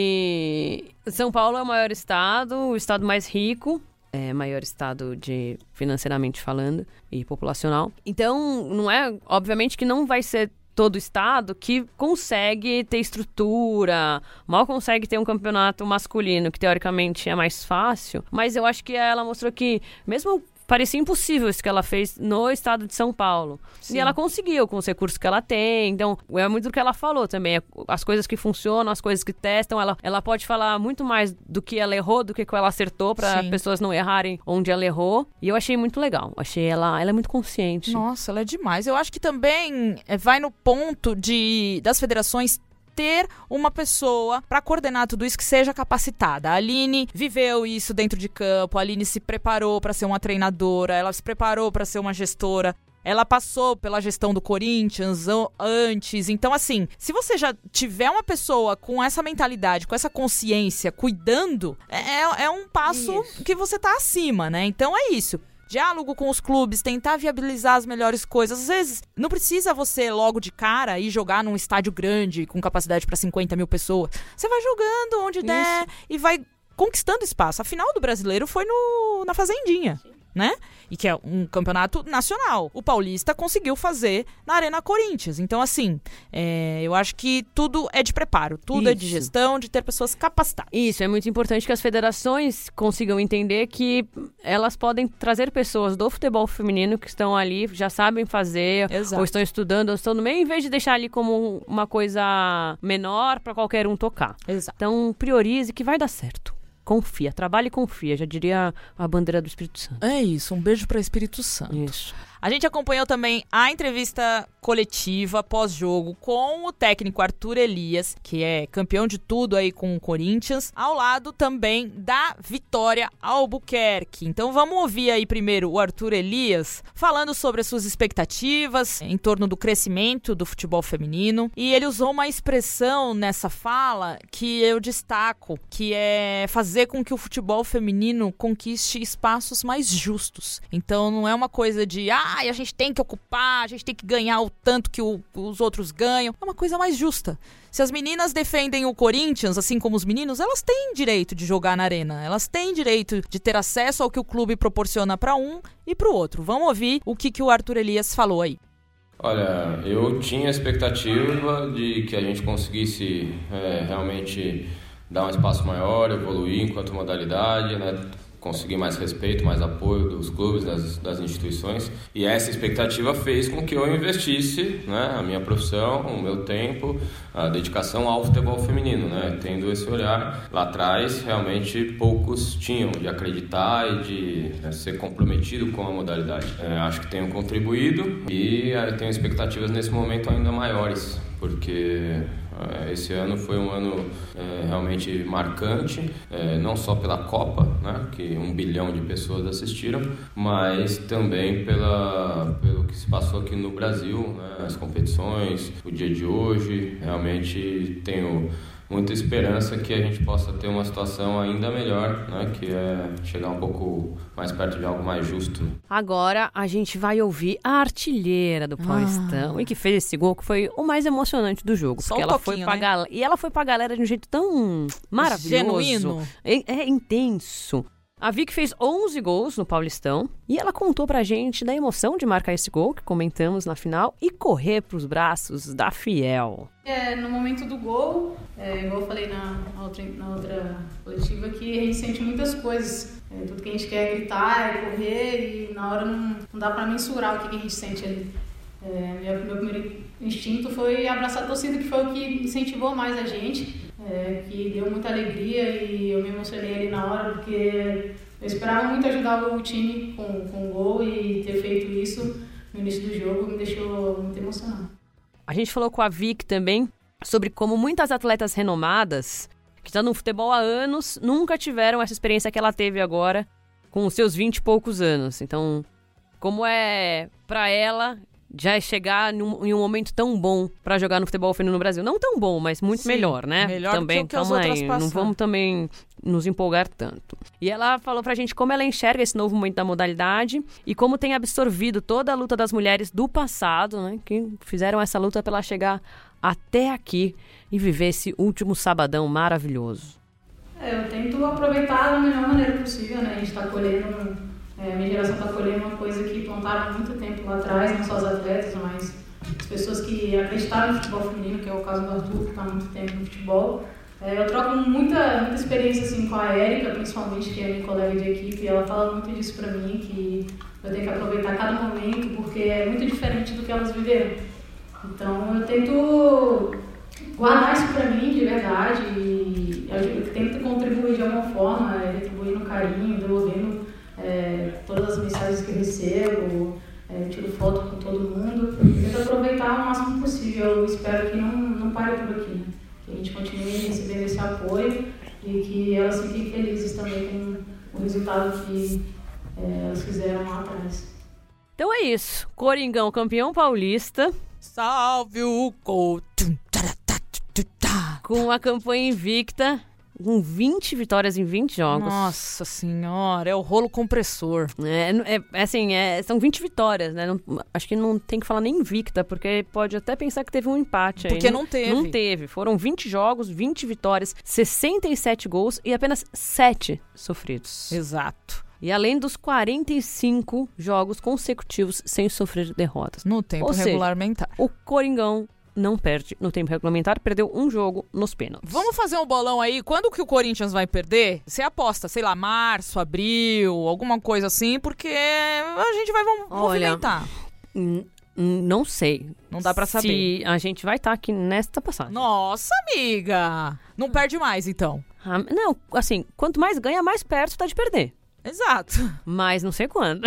Speaker 2: que São Paulo é o maior estado, o estado mais rico, é maior estado de financeiramente falando e populacional. Então, não é, obviamente que não vai ser todo estado que consegue ter estrutura, mal consegue ter um campeonato masculino, que teoricamente é mais fácil, mas eu acho que ela mostrou que mesmo Parecia impossível isso que ela fez no estado de São Paulo. E ela conseguiu com os recursos que ela tem. Então, é muito do que ela falou também. é As coisas que funcionam, as coisas que testam. Ela, ela pode falar muito mais do que ela errou do que que ela acertou para
Speaker 1: Sim.
Speaker 2: pessoas não errarem onde ela errou. E eu achei muito legal. Achei ela, ela é muito consciente.
Speaker 1: Nossa, ela é demais. Eu acho que também eh, vai no ponto de das federações ter uma pessoa para coordenar tudo isso que seja capacitada. A Aline viveu isso dentro de campo, a Aline se preparou para ser uma treinadora, ela se preparou para ser uma gestora. Ela passou pela gestão do Corinthians an- antes. Então, assim, se você já tiver uma pessoa com essa mentalidade, com essa consciência, cuidando, é, é um passo que você tá acima, né? Então é isso. Diálogo com os clubes, tentar viabilizar as melhores coisas. Às vezes, não precisa você logo de cara ir jogar num estádio grande com capacidade para 50 mil pessoas. Você vai jogando onde der e vai conquistando espaço. A final do brasileiro foi no, na Fazendinha, né? E que é um campeonato nacional. O Paulista conseguiu fazer na Arena Corinthians. Então, assim, é, eu acho que tudo é de preparo, tudo é de
Speaker 2: Isso.
Speaker 1: gestão, de ter pessoas capacitadas.
Speaker 2: Isso, é muito importante que as federações consigam entender que elas podem trazer pessoas do futebol feminino que estão ali, já sabem fazer,
Speaker 1: Exato.
Speaker 2: ou estão estudando, ou estão no meio, em vez de deixar ali como um, uma coisa menor para qualquer um tocar.
Speaker 1: Exato.
Speaker 2: Então, priorize que vai dar certo. Confia, trabalhe e confia, já diria a bandeira do Espírito Santo.
Speaker 1: É isso, um beijo para Espírito Santo.
Speaker 2: Isso.
Speaker 1: A gente acompanhou também a entrevista coletiva pós-jogo com o técnico Arthur Elias, que é campeão de tudo aí com o Corinthians, ao lado também da Vitória Albuquerque. Então vamos ouvir aí primeiro o Arthur Elias falando sobre as suas expectativas em torno do crescimento do futebol feminino. E ele usou uma expressão nessa fala que eu destaco, que é fazer com que o futebol feminino conquiste espaços mais justos. Então não é uma coisa de, ah, a gente tem que ocupar, a gente tem que ganhar o tanto que o- os outros ganham. É uma coisa mais justa. Se as meninas defendem o Corinthians, assim como os meninos, elas têm direito de jogar na arena, elas têm direito de ter acesso ao que o clube proporciona para um e para o outro. Vamos ouvir o que, que o Arthur Elias falou aí.
Speaker 7: Olha, eu tinha a expectativa de que a gente conseguisse é, realmente dar um espaço maior, evoluir enquanto modalidade, né? conseguir mais respeito, mais apoio dos clubes, das, das instituições. E essa expectativa fez com que eu investisse né, a minha profissão, o meu tempo, a dedicação ao futebol feminino. Né? Tendo esse olhar lá atrás, realmente poucos tinham de acreditar e de né, ser comprometido com a modalidade. É, acho que tenho contribuído e eh, tenho expectativas nesse momento ainda maiores, porque eh, esse ano foi um ano eh, realmente marcante, eh, não só pela Copa, né, que um bilhão de pessoas assistiram, mas também pela, pelo que se passou aqui no Brasil, né, as competições, o dia de hoje. Realmente tenho muita esperança que a gente possa ter uma situação ainda melhor, né, que é chegar um pouco mais perto de algo mais justo.
Speaker 2: Agora a gente vai ouvir a artilheira do
Speaker 1: Ah.
Speaker 2: Paulistão e que fez esse gol que foi o mais emocionante do jogo.
Speaker 1: Só
Speaker 2: porque
Speaker 1: o
Speaker 2: ela
Speaker 1: toquinho,
Speaker 2: foi pra
Speaker 1: né?
Speaker 2: gal- E ela foi pra galera de um jeito tão maravilhoso.
Speaker 1: Genuíno.
Speaker 2: É, é intenso. A Vic fez 11 gols no Paulistão e ela contou pra gente da emoção de marcar esse gol que comentamos na final e correr pros braços da Fiel.
Speaker 8: É, no momento do gol, é, igual eu falei na, na outra, na outra coletiva, que a gente sente muitas coisas. É, tudo que a gente quer é gritar, é correr, e na hora não, não dá pra mensurar o que, que a gente sente ali. É, meu, meu primeiro instinto foi abraçar a torcida, que foi o que incentivou mais a gente, é, que deu muita alegria e eu me emocionei ali na hora, porque eu esperava muito ajudar o time com, com o gol e ter feito isso no início do jogo me deixou muito emocionada.
Speaker 2: A gente falou com a Vic também sobre como muitas atletas renomadas que estão no futebol há anos nunca tiveram essa experiência que ela teve agora com os seus 20 e poucos anos. Então, como é pra ela já é chegar num- em um momento tão bom pra jogar no futebol feminino no Brasil? Não tão bom, mas muito
Speaker 1: Sim,
Speaker 2: melhor, né?
Speaker 1: melhor do
Speaker 2: também,
Speaker 1: que o que as
Speaker 2: calma aí,
Speaker 1: outras
Speaker 2: Não
Speaker 1: passaram.
Speaker 2: vamos também nos empolgar tanto. E ela falou pra gente como ela enxerga esse novo momento da modalidade e como tem absorvido toda a luta das mulheres do passado, né? Que fizeram essa luta pra ela chegar até aqui e viver esse último sabadão maravilhoso.
Speaker 8: É, eu tento aproveitar da melhor maneira possível, né? A gente está colhendo, é, a minha geração está colhendo uma coisa que plantaram há muito tempo lá atrás, não só os atletas, mas as pessoas que acreditaram no futebol feminino, que é o caso do Arthur, que está há muito tempo no futebol. É, eu troco muita, muita experiência assim, com a Érica, principalmente, que é minha colega de equipe, e ela fala muito disso para mim, que eu tenho que aproveitar cada momento, porque é muito diferente do que elas viveram. Então eu tento guardar isso pra mim de verdade e eu tento contribuir de alguma forma, é, retribuindo carinho, devolvendo é, todas as mensagens que eu recebo, é, eu tiro foto com todo mundo, eu tento aproveitar o máximo possível, eu espero que não, não pare por aqui, né? que a gente continue recebendo esse apoio e que elas fiquem felizes também com o resultado que é, elas fizeram lá atrás.
Speaker 2: Então é isso. Coringão campeão paulista.
Speaker 1: Salve o Couto.
Speaker 2: com uma campanha invicta, com 20 vitórias em 20 jogos.
Speaker 1: Nossa senhora, é o rolo compressor.
Speaker 2: É, n- é- é assim, é- são 20 vitórias, né? Não- acho que não tem que falar nem invicta, porque pode até pensar que teve um empate aí.
Speaker 1: Porque não teve.
Speaker 2: Não teve. Foram 20 jogos, 20 vitórias, 67 gols e apenas 7 sofridos.
Speaker 1: Exato.
Speaker 2: E além dos 45 jogos consecutivos sem sofrer derrotas.
Speaker 1: No tempo
Speaker 2: Ou seja,
Speaker 1: regulamentar.
Speaker 2: O Coringão não perde no tempo regulamentar, perdeu um jogo nos pênaltis.
Speaker 1: Vamos fazer um bolão aí. Quando que o Corinthians vai perder? Você aposta, sei lá, março, abril, alguma coisa assim, porque a gente vai mo-
Speaker 2: Olha,
Speaker 1: movimentar.
Speaker 2: Hum, hum, Não sei.
Speaker 1: Não dá pra saber.
Speaker 2: Se a gente vai estar aqui nesta passagem.
Speaker 1: Nossa, amiga! Não perde mais, então.
Speaker 2: Ah, não, assim, quanto mais ganha, mais perto tá de perder.
Speaker 1: Exato.
Speaker 2: Mas não sei quando.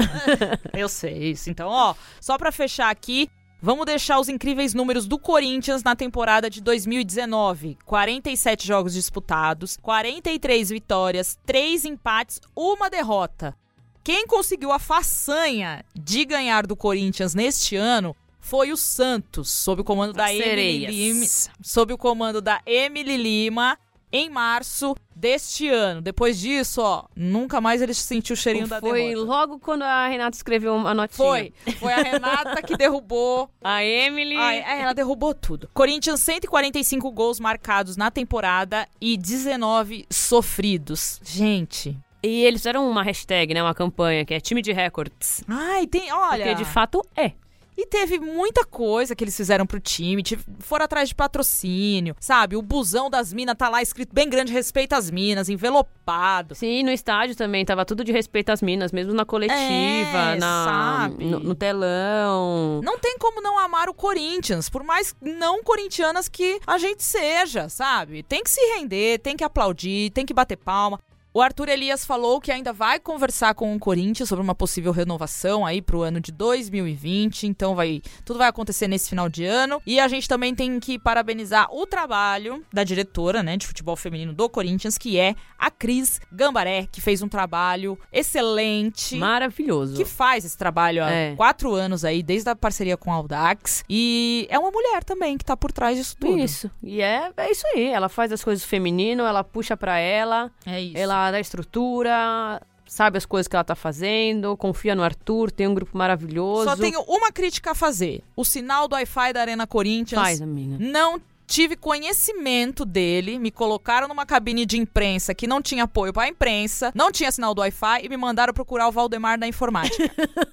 Speaker 1: Eu sei isso. Então, ó, só pra fechar aqui, vamos deixar os incríveis números do Corinthians na temporada de 2019. 47 jogos disputados, 43 vitórias, 3 empates, uma derrota. Quem conseguiu a façanha de ganhar do Corinthians neste ano foi o Santos, sob o comando da Emily, Lim,
Speaker 2: Sereias.
Speaker 1: sob o comando da Emily Lima em março deste ano. Depois disso, ó, nunca mais ele sentiu o cheirinho da derrota.
Speaker 2: Foi logo quando a Renata escreveu uma notinha.
Speaker 1: Foi. Foi a Renata que derrubou.
Speaker 2: A Emily.
Speaker 1: Ah, é, ela derrubou tudo. Corinthians, 145 gols marcados na temporada e 19 sofridos. Gente.
Speaker 2: E eles fizeram uma hashtag, né? Uma campanha que é time de recordes.
Speaker 1: Ai, tem. Olha.
Speaker 2: Porque de fato é.
Speaker 1: E teve muita coisa que eles fizeram pro time. tive- foram atrás de patrocínio, sabe? O busão das minas tá lá escrito bem grande: respeita as minas, envelopado.
Speaker 2: Sim, no estádio também, tava tudo de respeito às minas, mesmo na coletiva,
Speaker 1: É,
Speaker 2: na,
Speaker 1: sabe?
Speaker 2: No, no telão.
Speaker 1: Não tem como não amar o Corinthians, por mais não corintianas que a gente seja, sabe? Tem que se render, tem que aplaudir, tem que bater palma. O Arthur Elias falou que ainda vai conversar com o Corinthians sobre uma possível renovação aí pro ano de 2020, então vai, tudo vai acontecer nesse final de ano. E a gente também tem que parabenizar o trabalho da diretora, né, de futebol feminino do Corinthians, que é a Cris Gambaré, que fez um trabalho excelente
Speaker 2: Maravilhoso.
Speaker 1: que faz esse trabalho há
Speaker 2: É.
Speaker 1: quatro anos aí, desde a parceria com a Audax. E é uma mulher também que tá por trás disso tudo.
Speaker 2: Isso. E é, é isso aí. Ela faz as coisas feminino, ela puxa pra ela,
Speaker 1: É isso.
Speaker 2: ela dá estrutura, sabe as coisas que ela tá fazendo, confia no Arthur, tem um grupo maravilhoso.
Speaker 1: Só tenho uma crítica a fazer. O sinal do Wi-Fi da Arena Corinthians.
Speaker 2: Faz, amiga.
Speaker 1: Não tive conhecimento dele. Me colocaram numa cabine de imprensa que não tinha apoio pra imprensa, não tinha sinal do Wi-Fi e me mandaram procurar o Valdemar da informática.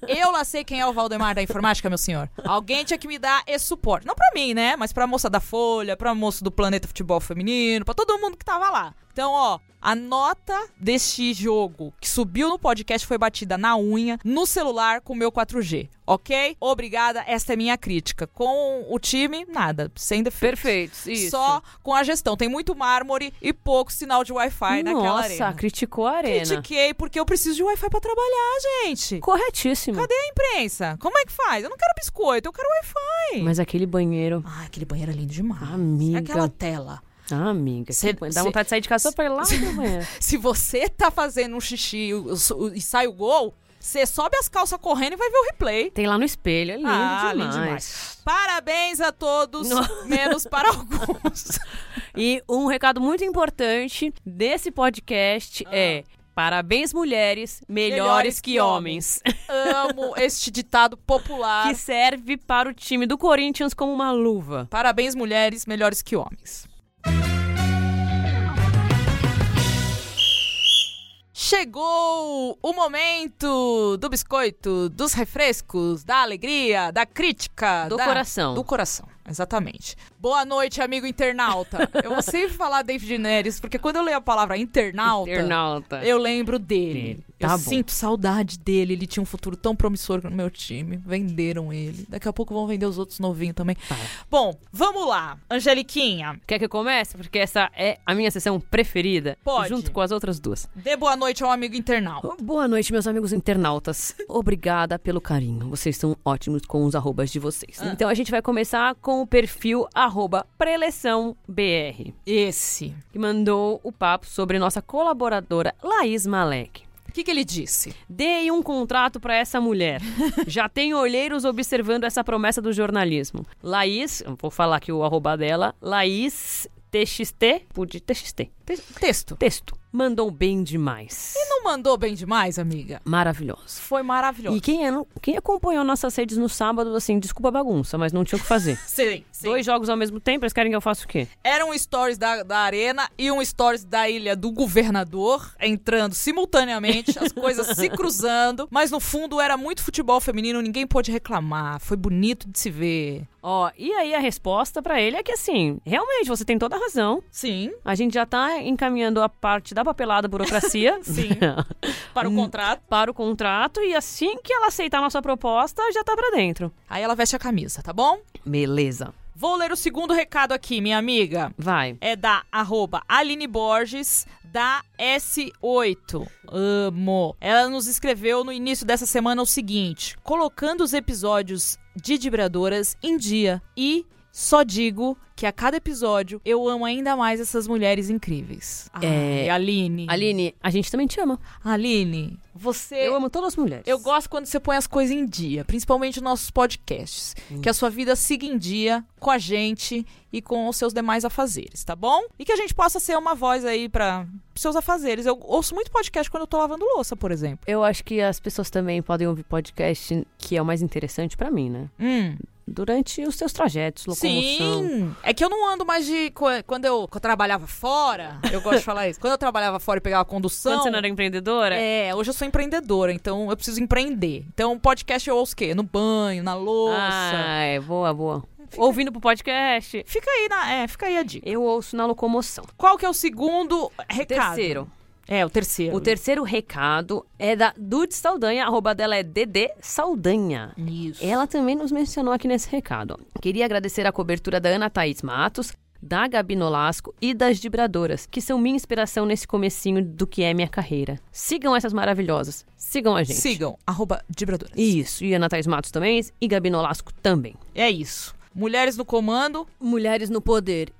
Speaker 1: Eu lá sei quem é o Valdemar da informática, meu senhor. Alguém tinha que me dar esse suporte. Não pra mim, né? Mas pra moça da Folha, pra moço do Planeta Futebol Feminino, pra todo mundo que tava lá. Então, ó, a nota deste jogo que subiu no podcast foi batida na unha, no celular, com o meu 4G. Ok? Obrigada, esta é minha crítica. Com o time, nada. Sem defeitos.
Speaker 2: Perfeitos, isso.
Speaker 1: Só com a gestão. Tem muito mármore e pouco sinal de Wi-Fi naquela
Speaker 2: Nossa,
Speaker 1: arena.
Speaker 2: criticou a arena.
Speaker 1: Critiquei porque eu preciso de Wi-Fi pra trabalhar, gente.
Speaker 2: Corretíssimo.
Speaker 1: Cadê a imprensa? Como é que faz? Eu não quero biscoito, eu quero Wi-Fi.
Speaker 2: Mas aquele banheiro.
Speaker 1: Ah, aquele banheiro é lindo demais.
Speaker 2: Amiga.
Speaker 1: É Aquela tela.
Speaker 2: Ah, amiga,
Speaker 1: Cê-
Speaker 2: que ban-
Speaker 1: cê-
Speaker 2: dá vontade de sair de casa só pra ir lá no banheiro.
Speaker 1: Se você tá fazendo um xixi e o- o- e sai o gol, você sobe as calças correndo e vai ver o replay.
Speaker 2: Tem lá no espelho, é lindo
Speaker 1: ah,
Speaker 2: demais.
Speaker 1: lindo demais. Parabéns a todos,
Speaker 2: Nossa.
Speaker 1: menos para alguns.
Speaker 2: E um recado muito importante desse podcast é: parabéns, mulheres, melhores,
Speaker 1: Ah. Melhores
Speaker 2: que,
Speaker 1: que
Speaker 2: homens.
Speaker 1: Amo este ditado popular.
Speaker 2: que serve para o time do Corinthians como uma luva.
Speaker 1: Parabéns, mulheres melhores que homens. Chegou o momento do biscoito, dos refrescos, da alegria, da crítica.
Speaker 2: Do
Speaker 1: da-
Speaker 2: coração.
Speaker 1: Do coração, exatamente. Boa noite, amigo internauta. eu vou sempre falar David Neres, porque quando eu leio a palavra internauta,
Speaker 2: Internauta.
Speaker 1: eu lembro dele.
Speaker 2: Tá. Dele. Tá
Speaker 1: eu
Speaker 2: bom.
Speaker 1: sinto saudade dele. Ele tinha um futuro tão promissor no meu time. Venderam ele. Daqui a pouco vão vender os outros novinhos também.
Speaker 2: Tá.
Speaker 1: Bom, vamos lá, Angeliquinha.
Speaker 2: Quer que eu comece? Porque essa é a minha sessão preferida.
Speaker 1: Pode.
Speaker 2: Junto com as outras duas.
Speaker 1: Dê boa noite ao amigo internauta.
Speaker 2: Oh, Boa noite, meus amigos internautas. Obrigada pelo carinho. Vocês são ótimos com os arrobas de vocês. Então a gente vai começar com o perfil arroba preleçãobr.
Speaker 1: Esse.
Speaker 2: que mandou o papo sobre nossa colaboradora Laís Malek.
Speaker 1: que, que ele disse?
Speaker 2: Dei um contrato pra essa mulher. Já tem olheiros observando essa promessa do jornalismo. Laís, vou falar aqui o arroba dela, Laís TXT, pude TXT,
Speaker 1: Te- texto.
Speaker 2: texto. Mandou bem demais.
Speaker 1: Não mandou bem demais, amiga?
Speaker 2: Maravilhoso.
Speaker 1: Foi maravilhoso.
Speaker 2: E quem, é- quem acompanhou nossas redes no sábado, assim, desculpa a bagunça, mas não tinha o que fazer.
Speaker 1: Sim, sim.
Speaker 2: Dois jogos ao mesmo tempo, eles querem que eu faça o quê?
Speaker 1: Era um stories da, da arena e um stories da ilha do governador, entrando simultaneamente, as coisas se cruzando. Mas no fundo era muito futebol feminino, ninguém pôde reclamar. Foi bonito de se ver.
Speaker 2: Ó, e aí a resposta pra ele é que assim, realmente você tem toda a razão.
Speaker 1: Sim,
Speaker 2: A gente já tá encaminhando a parte da papelada burocracia.
Speaker 1: Sim.
Speaker 2: Hum.
Speaker 1: para o contrato.
Speaker 2: Para o contrato e assim que ela aceitar a nossa proposta, já tá pra dentro.
Speaker 1: Aí ela veste a camisa, tá bom?
Speaker 2: Beleza.
Speaker 1: Vou ler o segundo recado aqui, minha amiga.
Speaker 2: Vai.
Speaker 1: É da arroba Aline Borges, da S8. Amo. Ela nos escreveu no início dessa semana o seguinte: colocando os episódios de Dibradoras em dia. E só digo que a cada episódio eu amo ainda mais essas mulheres incríveis. Ai,
Speaker 2: É,
Speaker 1: Aline.
Speaker 2: Aline, a gente também te ama.
Speaker 1: Aline, você.
Speaker 2: Eu amo todas as mulheres.
Speaker 1: Eu gosto quando você põe as coisas em dia, principalmente nossos podcasts. Que a sua vida siga em dia com a gente e com os seus demais afazeres, tá bom? E que a gente possa ser uma voz aí para seus afazeres. Eu ouço muito podcast quando eu tô lavando louça, por exemplo.
Speaker 2: Eu acho que as pessoas também podem ouvir podcast, que é o mais interessante pra mim, né?
Speaker 1: Hum.
Speaker 2: Durante os seus trajetos, locomoção.
Speaker 1: Sim! É que eu não ando mais de. co- Quando eu, quando eu trabalhava fora, eu gosto de falar isso. Quando eu trabalhava fora e pegava condução.
Speaker 2: Quando você não era empreendedora?
Speaker 1: É, hoje eu sou empreendedora, então eu preciso empreender. Então, podcast eu ouço o quê? No banho, na louça.
Speaker 2: Ah, é, boa, boa. Ouvindo pro podcast,
Speaker 1: Fica aí na. É, fica aí a dica.
Speaker 2: eu ouço na locomoção.
Speaker 1: Qual que é o segundo recado?
Speaker 2: Terceiro.
Speaker 1: É, o terceiro.
Speaker 2: O terceiro recado é da Dude Saldanha, a arroba dela é DD Saldanha.
Speaker 1: Isso.
Speaker 2: Ela também nos mencionou aqui nesse recado. ó. Queria agradecer a cobertura da Ana Thaís Matos, da Gabi Nolasco e das Dibradoras, que são minha inspiração nesse comecinho do que é minha carreira. Sigam essas maravilhosas. Sigam a gente.
Speaker 1: Sigam, arroba Dibradoras.
Speaker 2: Isso, e Ana Thaís Matos também, e Gabi Nolasco também.
Speaker 1: É isso. Mulheres no comando.
Speaker 2: Mulheres no poder.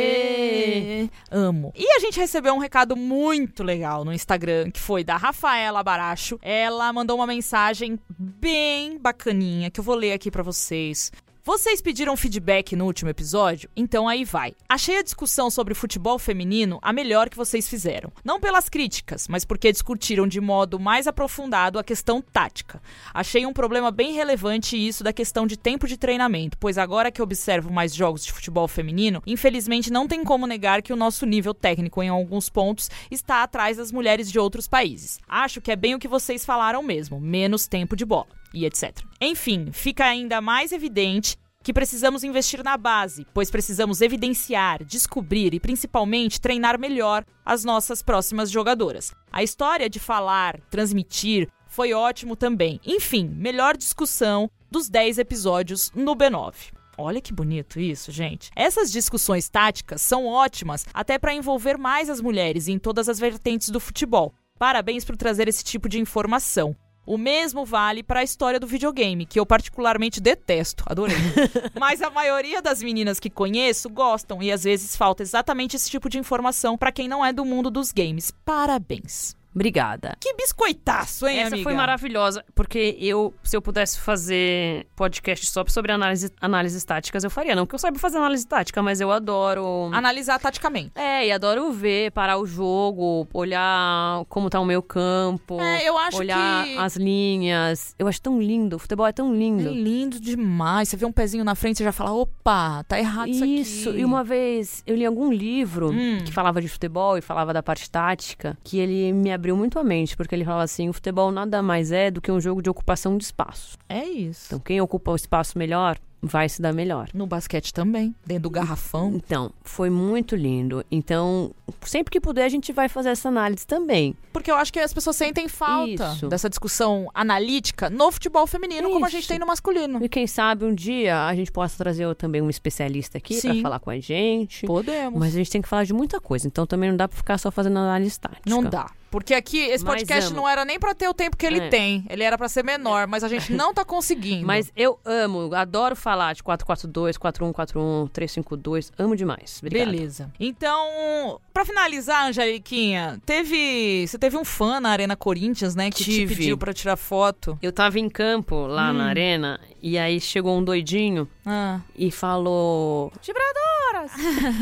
Speaker 1: E... Amo. E a gente recebeu um recado muito legal no Instagram, que foi da Rafaela Baracho. Ela mandou uma mensagem bem bacaninha, que eu vou ler aqui pra vocês. Vocês pediram feedback no último episódio? Então aí vai. Achei a discussão sobre futebol feminino a melhor que vocês fizeram. Não pelas críticas, mas porque discutiram de modo mais aprofundado a questão tática. Achei um problema bem relevante isso da questão de tempo de treinamento, pois agora que observo mais jogos de futebol feminino, infelizmente não tem como negar que o nosso nível técnico em alguns pontos está atrás das mulheres de outros países. Acho que é bem o que vocês falaram mesmo, menos tempo de bola e etc. Enfim, fica ainda mais evidente que precisamos investir na base, pois precisamos evidenciar, descobrir e principalmente treinar melhor as nossas próximas jogadoras. A história de falar, transmitir foi ótimo também. Enfim, melhor discussão dos 10 episódios no B9. Olha que bonito isso, gente. Essas discussões táticas são ótimas até para envolver mais as mulheres em todas as vertentes do futebol. Parabéns por trazer esse tipo de informação. O mesmo vale para a história do videogame, que eu particularmente detesto, adorei. Mas a maioria das meninas que conheço gostam e às vezes falta exatamente esse tipo de informação para quem não é do mundo dos games. Parabéns.
Speaker 2: Obrigada.
Speaker 1: Que biscoitaço, hein,
Speaker 2: Essa
Speaker 1: amiga?
Speaker 2: foi maravilhosa, porque eu, se eu pudesse fazer podcast só sobre análise, análises táticas, eu faria. Não que eu saiba fazer análise tática, mas eu adoro.
Speaker 1: Analisar taticamente.
Speaker 2: É, e adoro ver, parar o jogo, olhar como tá o meu campo,
Speaker 1: É, eu acho
Speaker 2: olhar
Speaker 1: que
Speaker 2: as linhas. Eu acho tão lindo, o futebol é tão lindo.
Speaker 1: É lindo demais. Você vê um pezinho na frente e já fala, opa, tá errado isso,
Speaker 2: Isso,
Speaker 1: aqui.
Speaker 2: e uma vez eu li algum livro
Speaker 1: Hum.
Speaker 2: que falava de futebol e falava da parte tática, que ele me abriu muito a mente, porque ele falava assim: o futebol nada mais é do que um jogo de ocupação de espaço.
Speaker 1: É isso.
Speaker 2: Então, quem ocupa o espaço melhor vai se dar melhor.
Speaker 1: No basquete também, dentro do garrafão.
Speaker 2: Então, foi muito lindo. Então, sempre que puder, a gente vai fazer essa análise também.
Speaker 1: Porque eu acho que as pessoas sentem falta
Speaker 2: Isso.
Speaker 1: dessa discussão analítica no futebol feminino, como a gente
Speaker 2: Isso.
Speaker 1: tem no masculino.
Speaker 2: E quem sabe um dia a gente possa trazer também um especialista aqui pra
Speaker 1: Sim.
Speaker 2: falar com a gente.
Speaker 1: Podemos.
Speaker 2: Mas a gente tem que falar de muita coisa. Então, também não dá pra ficar só fazendo análise tática.
Speaker 1: Não dá. Porque aqui, esse
Speaker 2: Mas
Speaker 1: podcast
Speaker 2: amo.
Speaker 1: não era nem pra ter o tempo que ele
Speaker 2: É.
Speaker 1: tem. Ele era pra ser menor, mas a gente não tá conseguindo.
Speaker 2: Mas eu amo, adoro falar de 442, 4141, 352. Amo demais. Obrigada.
Speaker 1: Beleza. Então, pra finalizar, Angeliquinha, teve. Você teve um fã na Arena Corinthians, né? Que
Speaker 9: Tive.
Speaker 1: te pediu pra tirar foto.
Speaker 2: Eu tava em campo lá
Speaker 1: Hum.
Speaker 2: na arena e aí chegou um doidinho
Speaker 1: Ah.
Speaker 2: e falou:
Speaker 1: Vibradoras!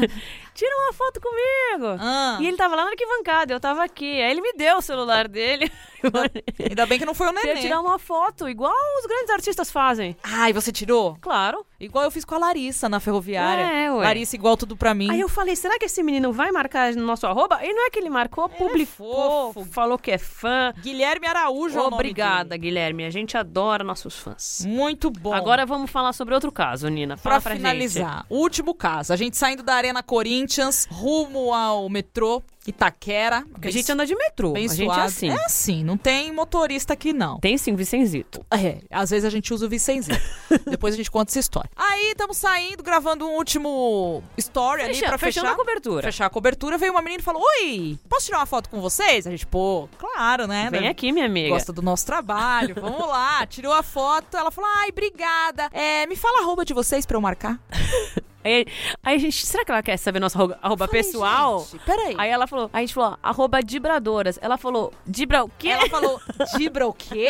Speaker 2: Tira uma foto comigo!
Speaker 1: Ah.
Speaker 2: E ele tava lá na arquibancada, eu tava aqui. Aí ele me deu o celular dele.
Speaker 1: Ainda bem que não foi o
Speaker 2: Queria
Speaker 1: neném.
Speaker 2: tirar um- uma foto, igual os grandes artistas fazem.
Speaker 1: Ai, você tirou?
Speaker 2: Claro.
Speaker 1: Igual eu fiz com a Larissa na ferroviária.
Speaker 2: É, ué.
Speaker 1: Larissa, igual tudo pra mim.
Speaker 2: Aí eu falei, será que esse menino vai marcar no nosso arroba? E não é que ele marcou, publicou,
Speaker 1: fofo.
Speaker 2: falou que é fã.
Speaker 1: Guilherme Araújo, é o nome
Speaker 2: Obrigada, Guilherme. A gente adora nossos fãs.
Speaker 1: dele. Muito bom.
Speaker 2: Agora vamos falar sobre outro caso, Nina. Fala
Speaker 1: Pra,
Speaker 2: pra,
Speaker 1: finalizar, último caso. A gente saindo da Arena Corinthians, rumo ao metrô Itaquera.
Speaker 2: Gente. A gente anda de metrô.
Speaker 1: bem
Speaker 2: a gente é
Speaker 1: suado.
Speaker 2: assim.
Speaker 1: É assim, não tem motorista aqui, não.
Speaker 2: Tem sim, Vicenzito.
Speaker 1: É, às vezes a gente usa o Vicenzinho. Depois a gente conta essa história. Aí estamos saindo, gravando um último story ali
Speaker 2: Fecha-
Speaker 1: pra fechar.
Speaker 2: fechando a cobertura.
Speaker 1: Fechar a cobertura, veio uma menina e falou: Oi, posso tirar uma foto com vocês? A gente, pô, claro, né?
Speaker 2: Vem aqui, minha amiga.
Speaker 1: Gosta do nosso trabalho, vamos lá. Tirou a foto, ela falou: Ai, obrigada. É, me fala a arroba de vocês pra eu marcar.
Speaker 2: Aí, aí a gente, será que ela quer saber nossa arroba, arroba
Speaker 1: Falei,
Speaker 2: pessoal?
Speaker 1: "Gente, peraí.
Speaker 2: Aí ela falou, a gente falou, arroba Dibradoras. Ela falou, Dibra o quê?
Speaker 1: Ela falou, dibra o quê?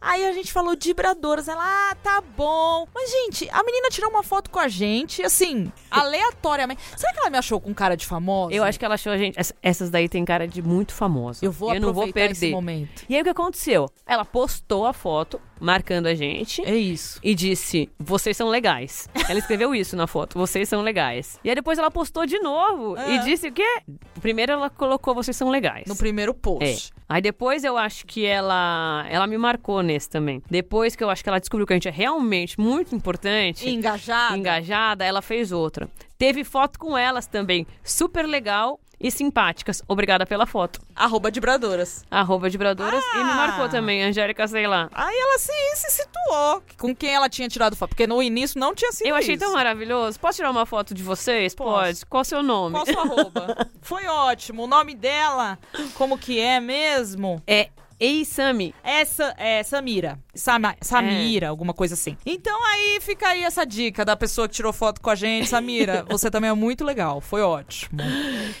Speaker 1: Aí a gente falou, dibradoras. Ela, ah, tá bom. Mas, gente, a menina tirou uma foto com a gente, assim, aleatoriamente. Será que ela me achou com cara de famosa?
Speaker 2: Eu acho que ela achou a gente. ess- Essas daí tem cara de muito famosa.
Speaker 1: Eu vou
Speaker 2: Eu não vou
Speaker 1: aproveitar
Speaker 2: perder.
Speaker 1: esse momento.
Speaker 2: E aí o que aconteceu? Ela postou a foto, marcando a gente.
Speaker 1: É isso.
Speaker 2: E disse, vocês são legais. Ela escreveu isso na foto, vocês são legais. E aí depois ela postou de novo e disse o quê? Primeiro ela colocou, vocês são legais.
Speaker 1: É. No primeiro
Speaker 2: É.
Speaker 1: post.
Speaker 2: Aí depois eu acho que ela ela me marcou nesse também. Depois que eu acho que ela descobriu que a gente é realmente muito importante,
Speaker 1: Engajada.
Speaker 2: É. engajada, ela fez outra. Teve foto com elas também, super legal e simpáticas. Obrigada pela foto.
Speaker 1: Arroba dibradoras.
Speaker 2: Arroba Vibradoras e me
Speaker 1: Ah!
Speaker 2: marcou também, Angélica, sei lá.
Speaker 1: Aí ela se, se situou com quem ela tinha tirado foto. Porque no início não tinha sido
Speaker 2: Eu achei
Speaker 1: isso.
Speaker 2: tão maravilhoso. Posso tirar uma foto de vocês? Pode. Qual o seu nome?
Speaker 1: Qual sua arroba? Foi ótimo. O nome dela, como que é mesmo?
Speaker 2: É Ei Sami.
Speaker 1: Essa é Samira. Sama-
Speaker 2: É.
Speaker 1: Samira, alguma coisa assim. Então aí fica aí essa dica da pessoa que tirou foto com a gente. Samira, você também é muito legal. Foi ótimo.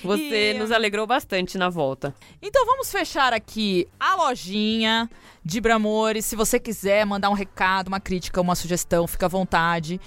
Speaker 2: Você
Speaker 1: E-
Speaker 2: nos alegrou bastante na volta.
Speaker 1: Então vamos fechar aqui a lojinha de Bramores. Se você quiser mandar um recado, uma crítica, uma sugestão, fica à vontade.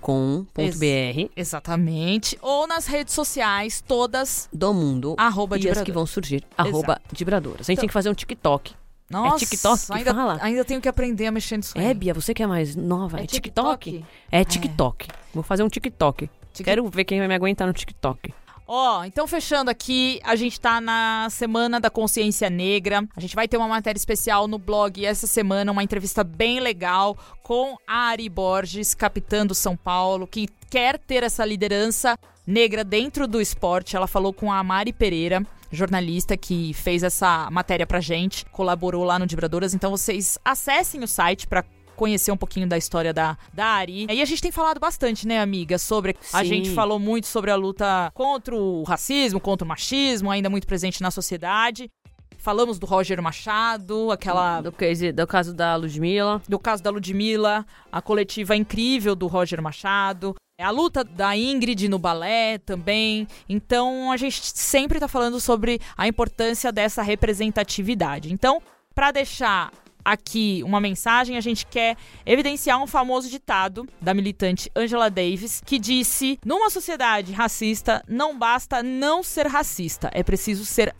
Speaker 2: Dibradoras.b9.com.br
Speaker 1: Exatamente. Ou nas redes sociais, todas.
Speaker 2: do mundo.
Speaker 1: Arroba
Speaker 2: e as
Speaker 1: Dibradoras.
Speaker 2: que vão surgir. Arroba Dibradoras. A gente tem que fazer um TikTok.
Speaker 1: Nossa,
Speaker 2: TikTok que
Speaker 1: ainda,
Speaker 2: fala?
Speaker 1: ainda tenho que aprender a mexer nisso aí.
Speaker 2: É, Bia, você que é mais nova.
Speaker 1: É
Speaker 2: É, TikTok?
Speaker 1: TikTok?
Speaker 2: É TikTok. Vou fazer um TikTok. Quero ver quem vai me aguentar no TikTok.
Speaker 1: Ó, então fechando aqui, a gente tá na Semana da Consciência Negra. A gente vai ter uma matéria especial no blog essa semana, uma entrevista bem legal com a Ari Borges, capitã do São Paulo, que quer ter essa liderança negra dentro do esporte. Ela falou com a Mari Pereira, jornalista que fez essa matéria pra gente, colaborou lá no Dibradoras. Então vocês acessem o site pra conhecer um pouquinho da história da, da Ari. E a gente tem falado bastante, né, amiga, sobre... A
Speaker 2: Sim.
Speaker 1: gente falou muito sobre a luta contra o racismo, contra o machismo, ainda muito presente na sociedade. Falamos do Roger Machado, aquela...
Speaker 2: Do, case- do caso da Ludmilla.
Speaker 1: Do caso da Ludmilla, a coletiva incrível do Roger Machado. A luta da Ingrid no balé também. Então, a gente sempre tá falando sobre a importância dessa representatividade. Então, para deixar aqui uma mensagem, a gente quer evidenciar um famoso ditado da militante Angela Davis, que disse: "Numa sociedade racista, não basta não ser racista, é preciso ser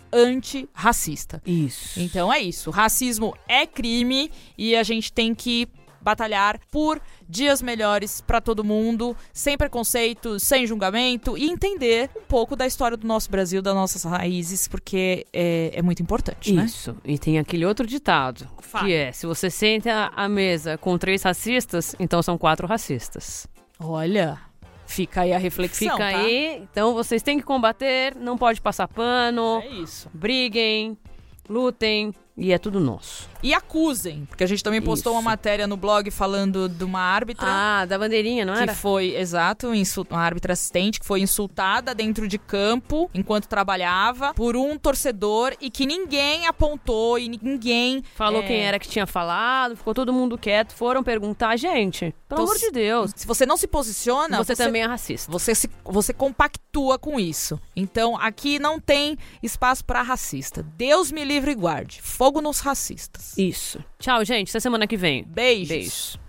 Speaker 1: antirracista".
Speaker 2: Isso.
Speaker 1: Então é isso. Racismo é crime e a gente tem que batalhar por dias melhores pra todo mundo, sem preconceito, sem julgamento e entender um pouco da história do nosso Brasil, das nossas raízes, porque é, é muito importante, né?
Speaker 2: Isso. E tem aquele outro ditado,
Speaker 1: Fala.
Speaker 2: que é: se você senta à mesa com três racistas, então são quatro racistas.
Speaker 1: Olha, fica aí a reflexão.
Speaker 2: Fica
Speaker 1: tá?
Speaker 2: aí. Então vocês têm que combater, não pode passar pano.
Speaker 1: É isso.
Speaker 2: Briguem, lutem e é tudo nosso.
Speaker 1: E acusem, porque a gente também postou
Speaker 2: Isso.
Speaker 1: uma matéria no blog falando de uma árbitra.
Speaker 2: Ah, da bandeirinha, não
Speaker 1: Que
Speaker 2: era?
Speaker 1: foi, exato, um insul- uma árbitra assistente que foi insultada dentro de campo enquanto trabalhava por um torcedor e que ninguém apontou e ninguém.
Speaker 2: Falou
Speaker 1: é,
Speaker 2: quem era que tinha falado, ficou todo mundo quieto, foram perguntar, gente, pelo
Speaker 1: Tô
Speaker 2: amor de Deus.
Speaker 1: Se você não se posiciona,
Speaker 2: você, também é racista.
Speaker 1: Você, se, você compactua com isso. Então, aqui não tem espaço pra racista. Deus me livre e guarde. Fogo nos racistas.
Speaker 2: Isso. Tchau, gente. Até semana que vem.
Speaker 1: Beijos.
Speaker 2: Beijo.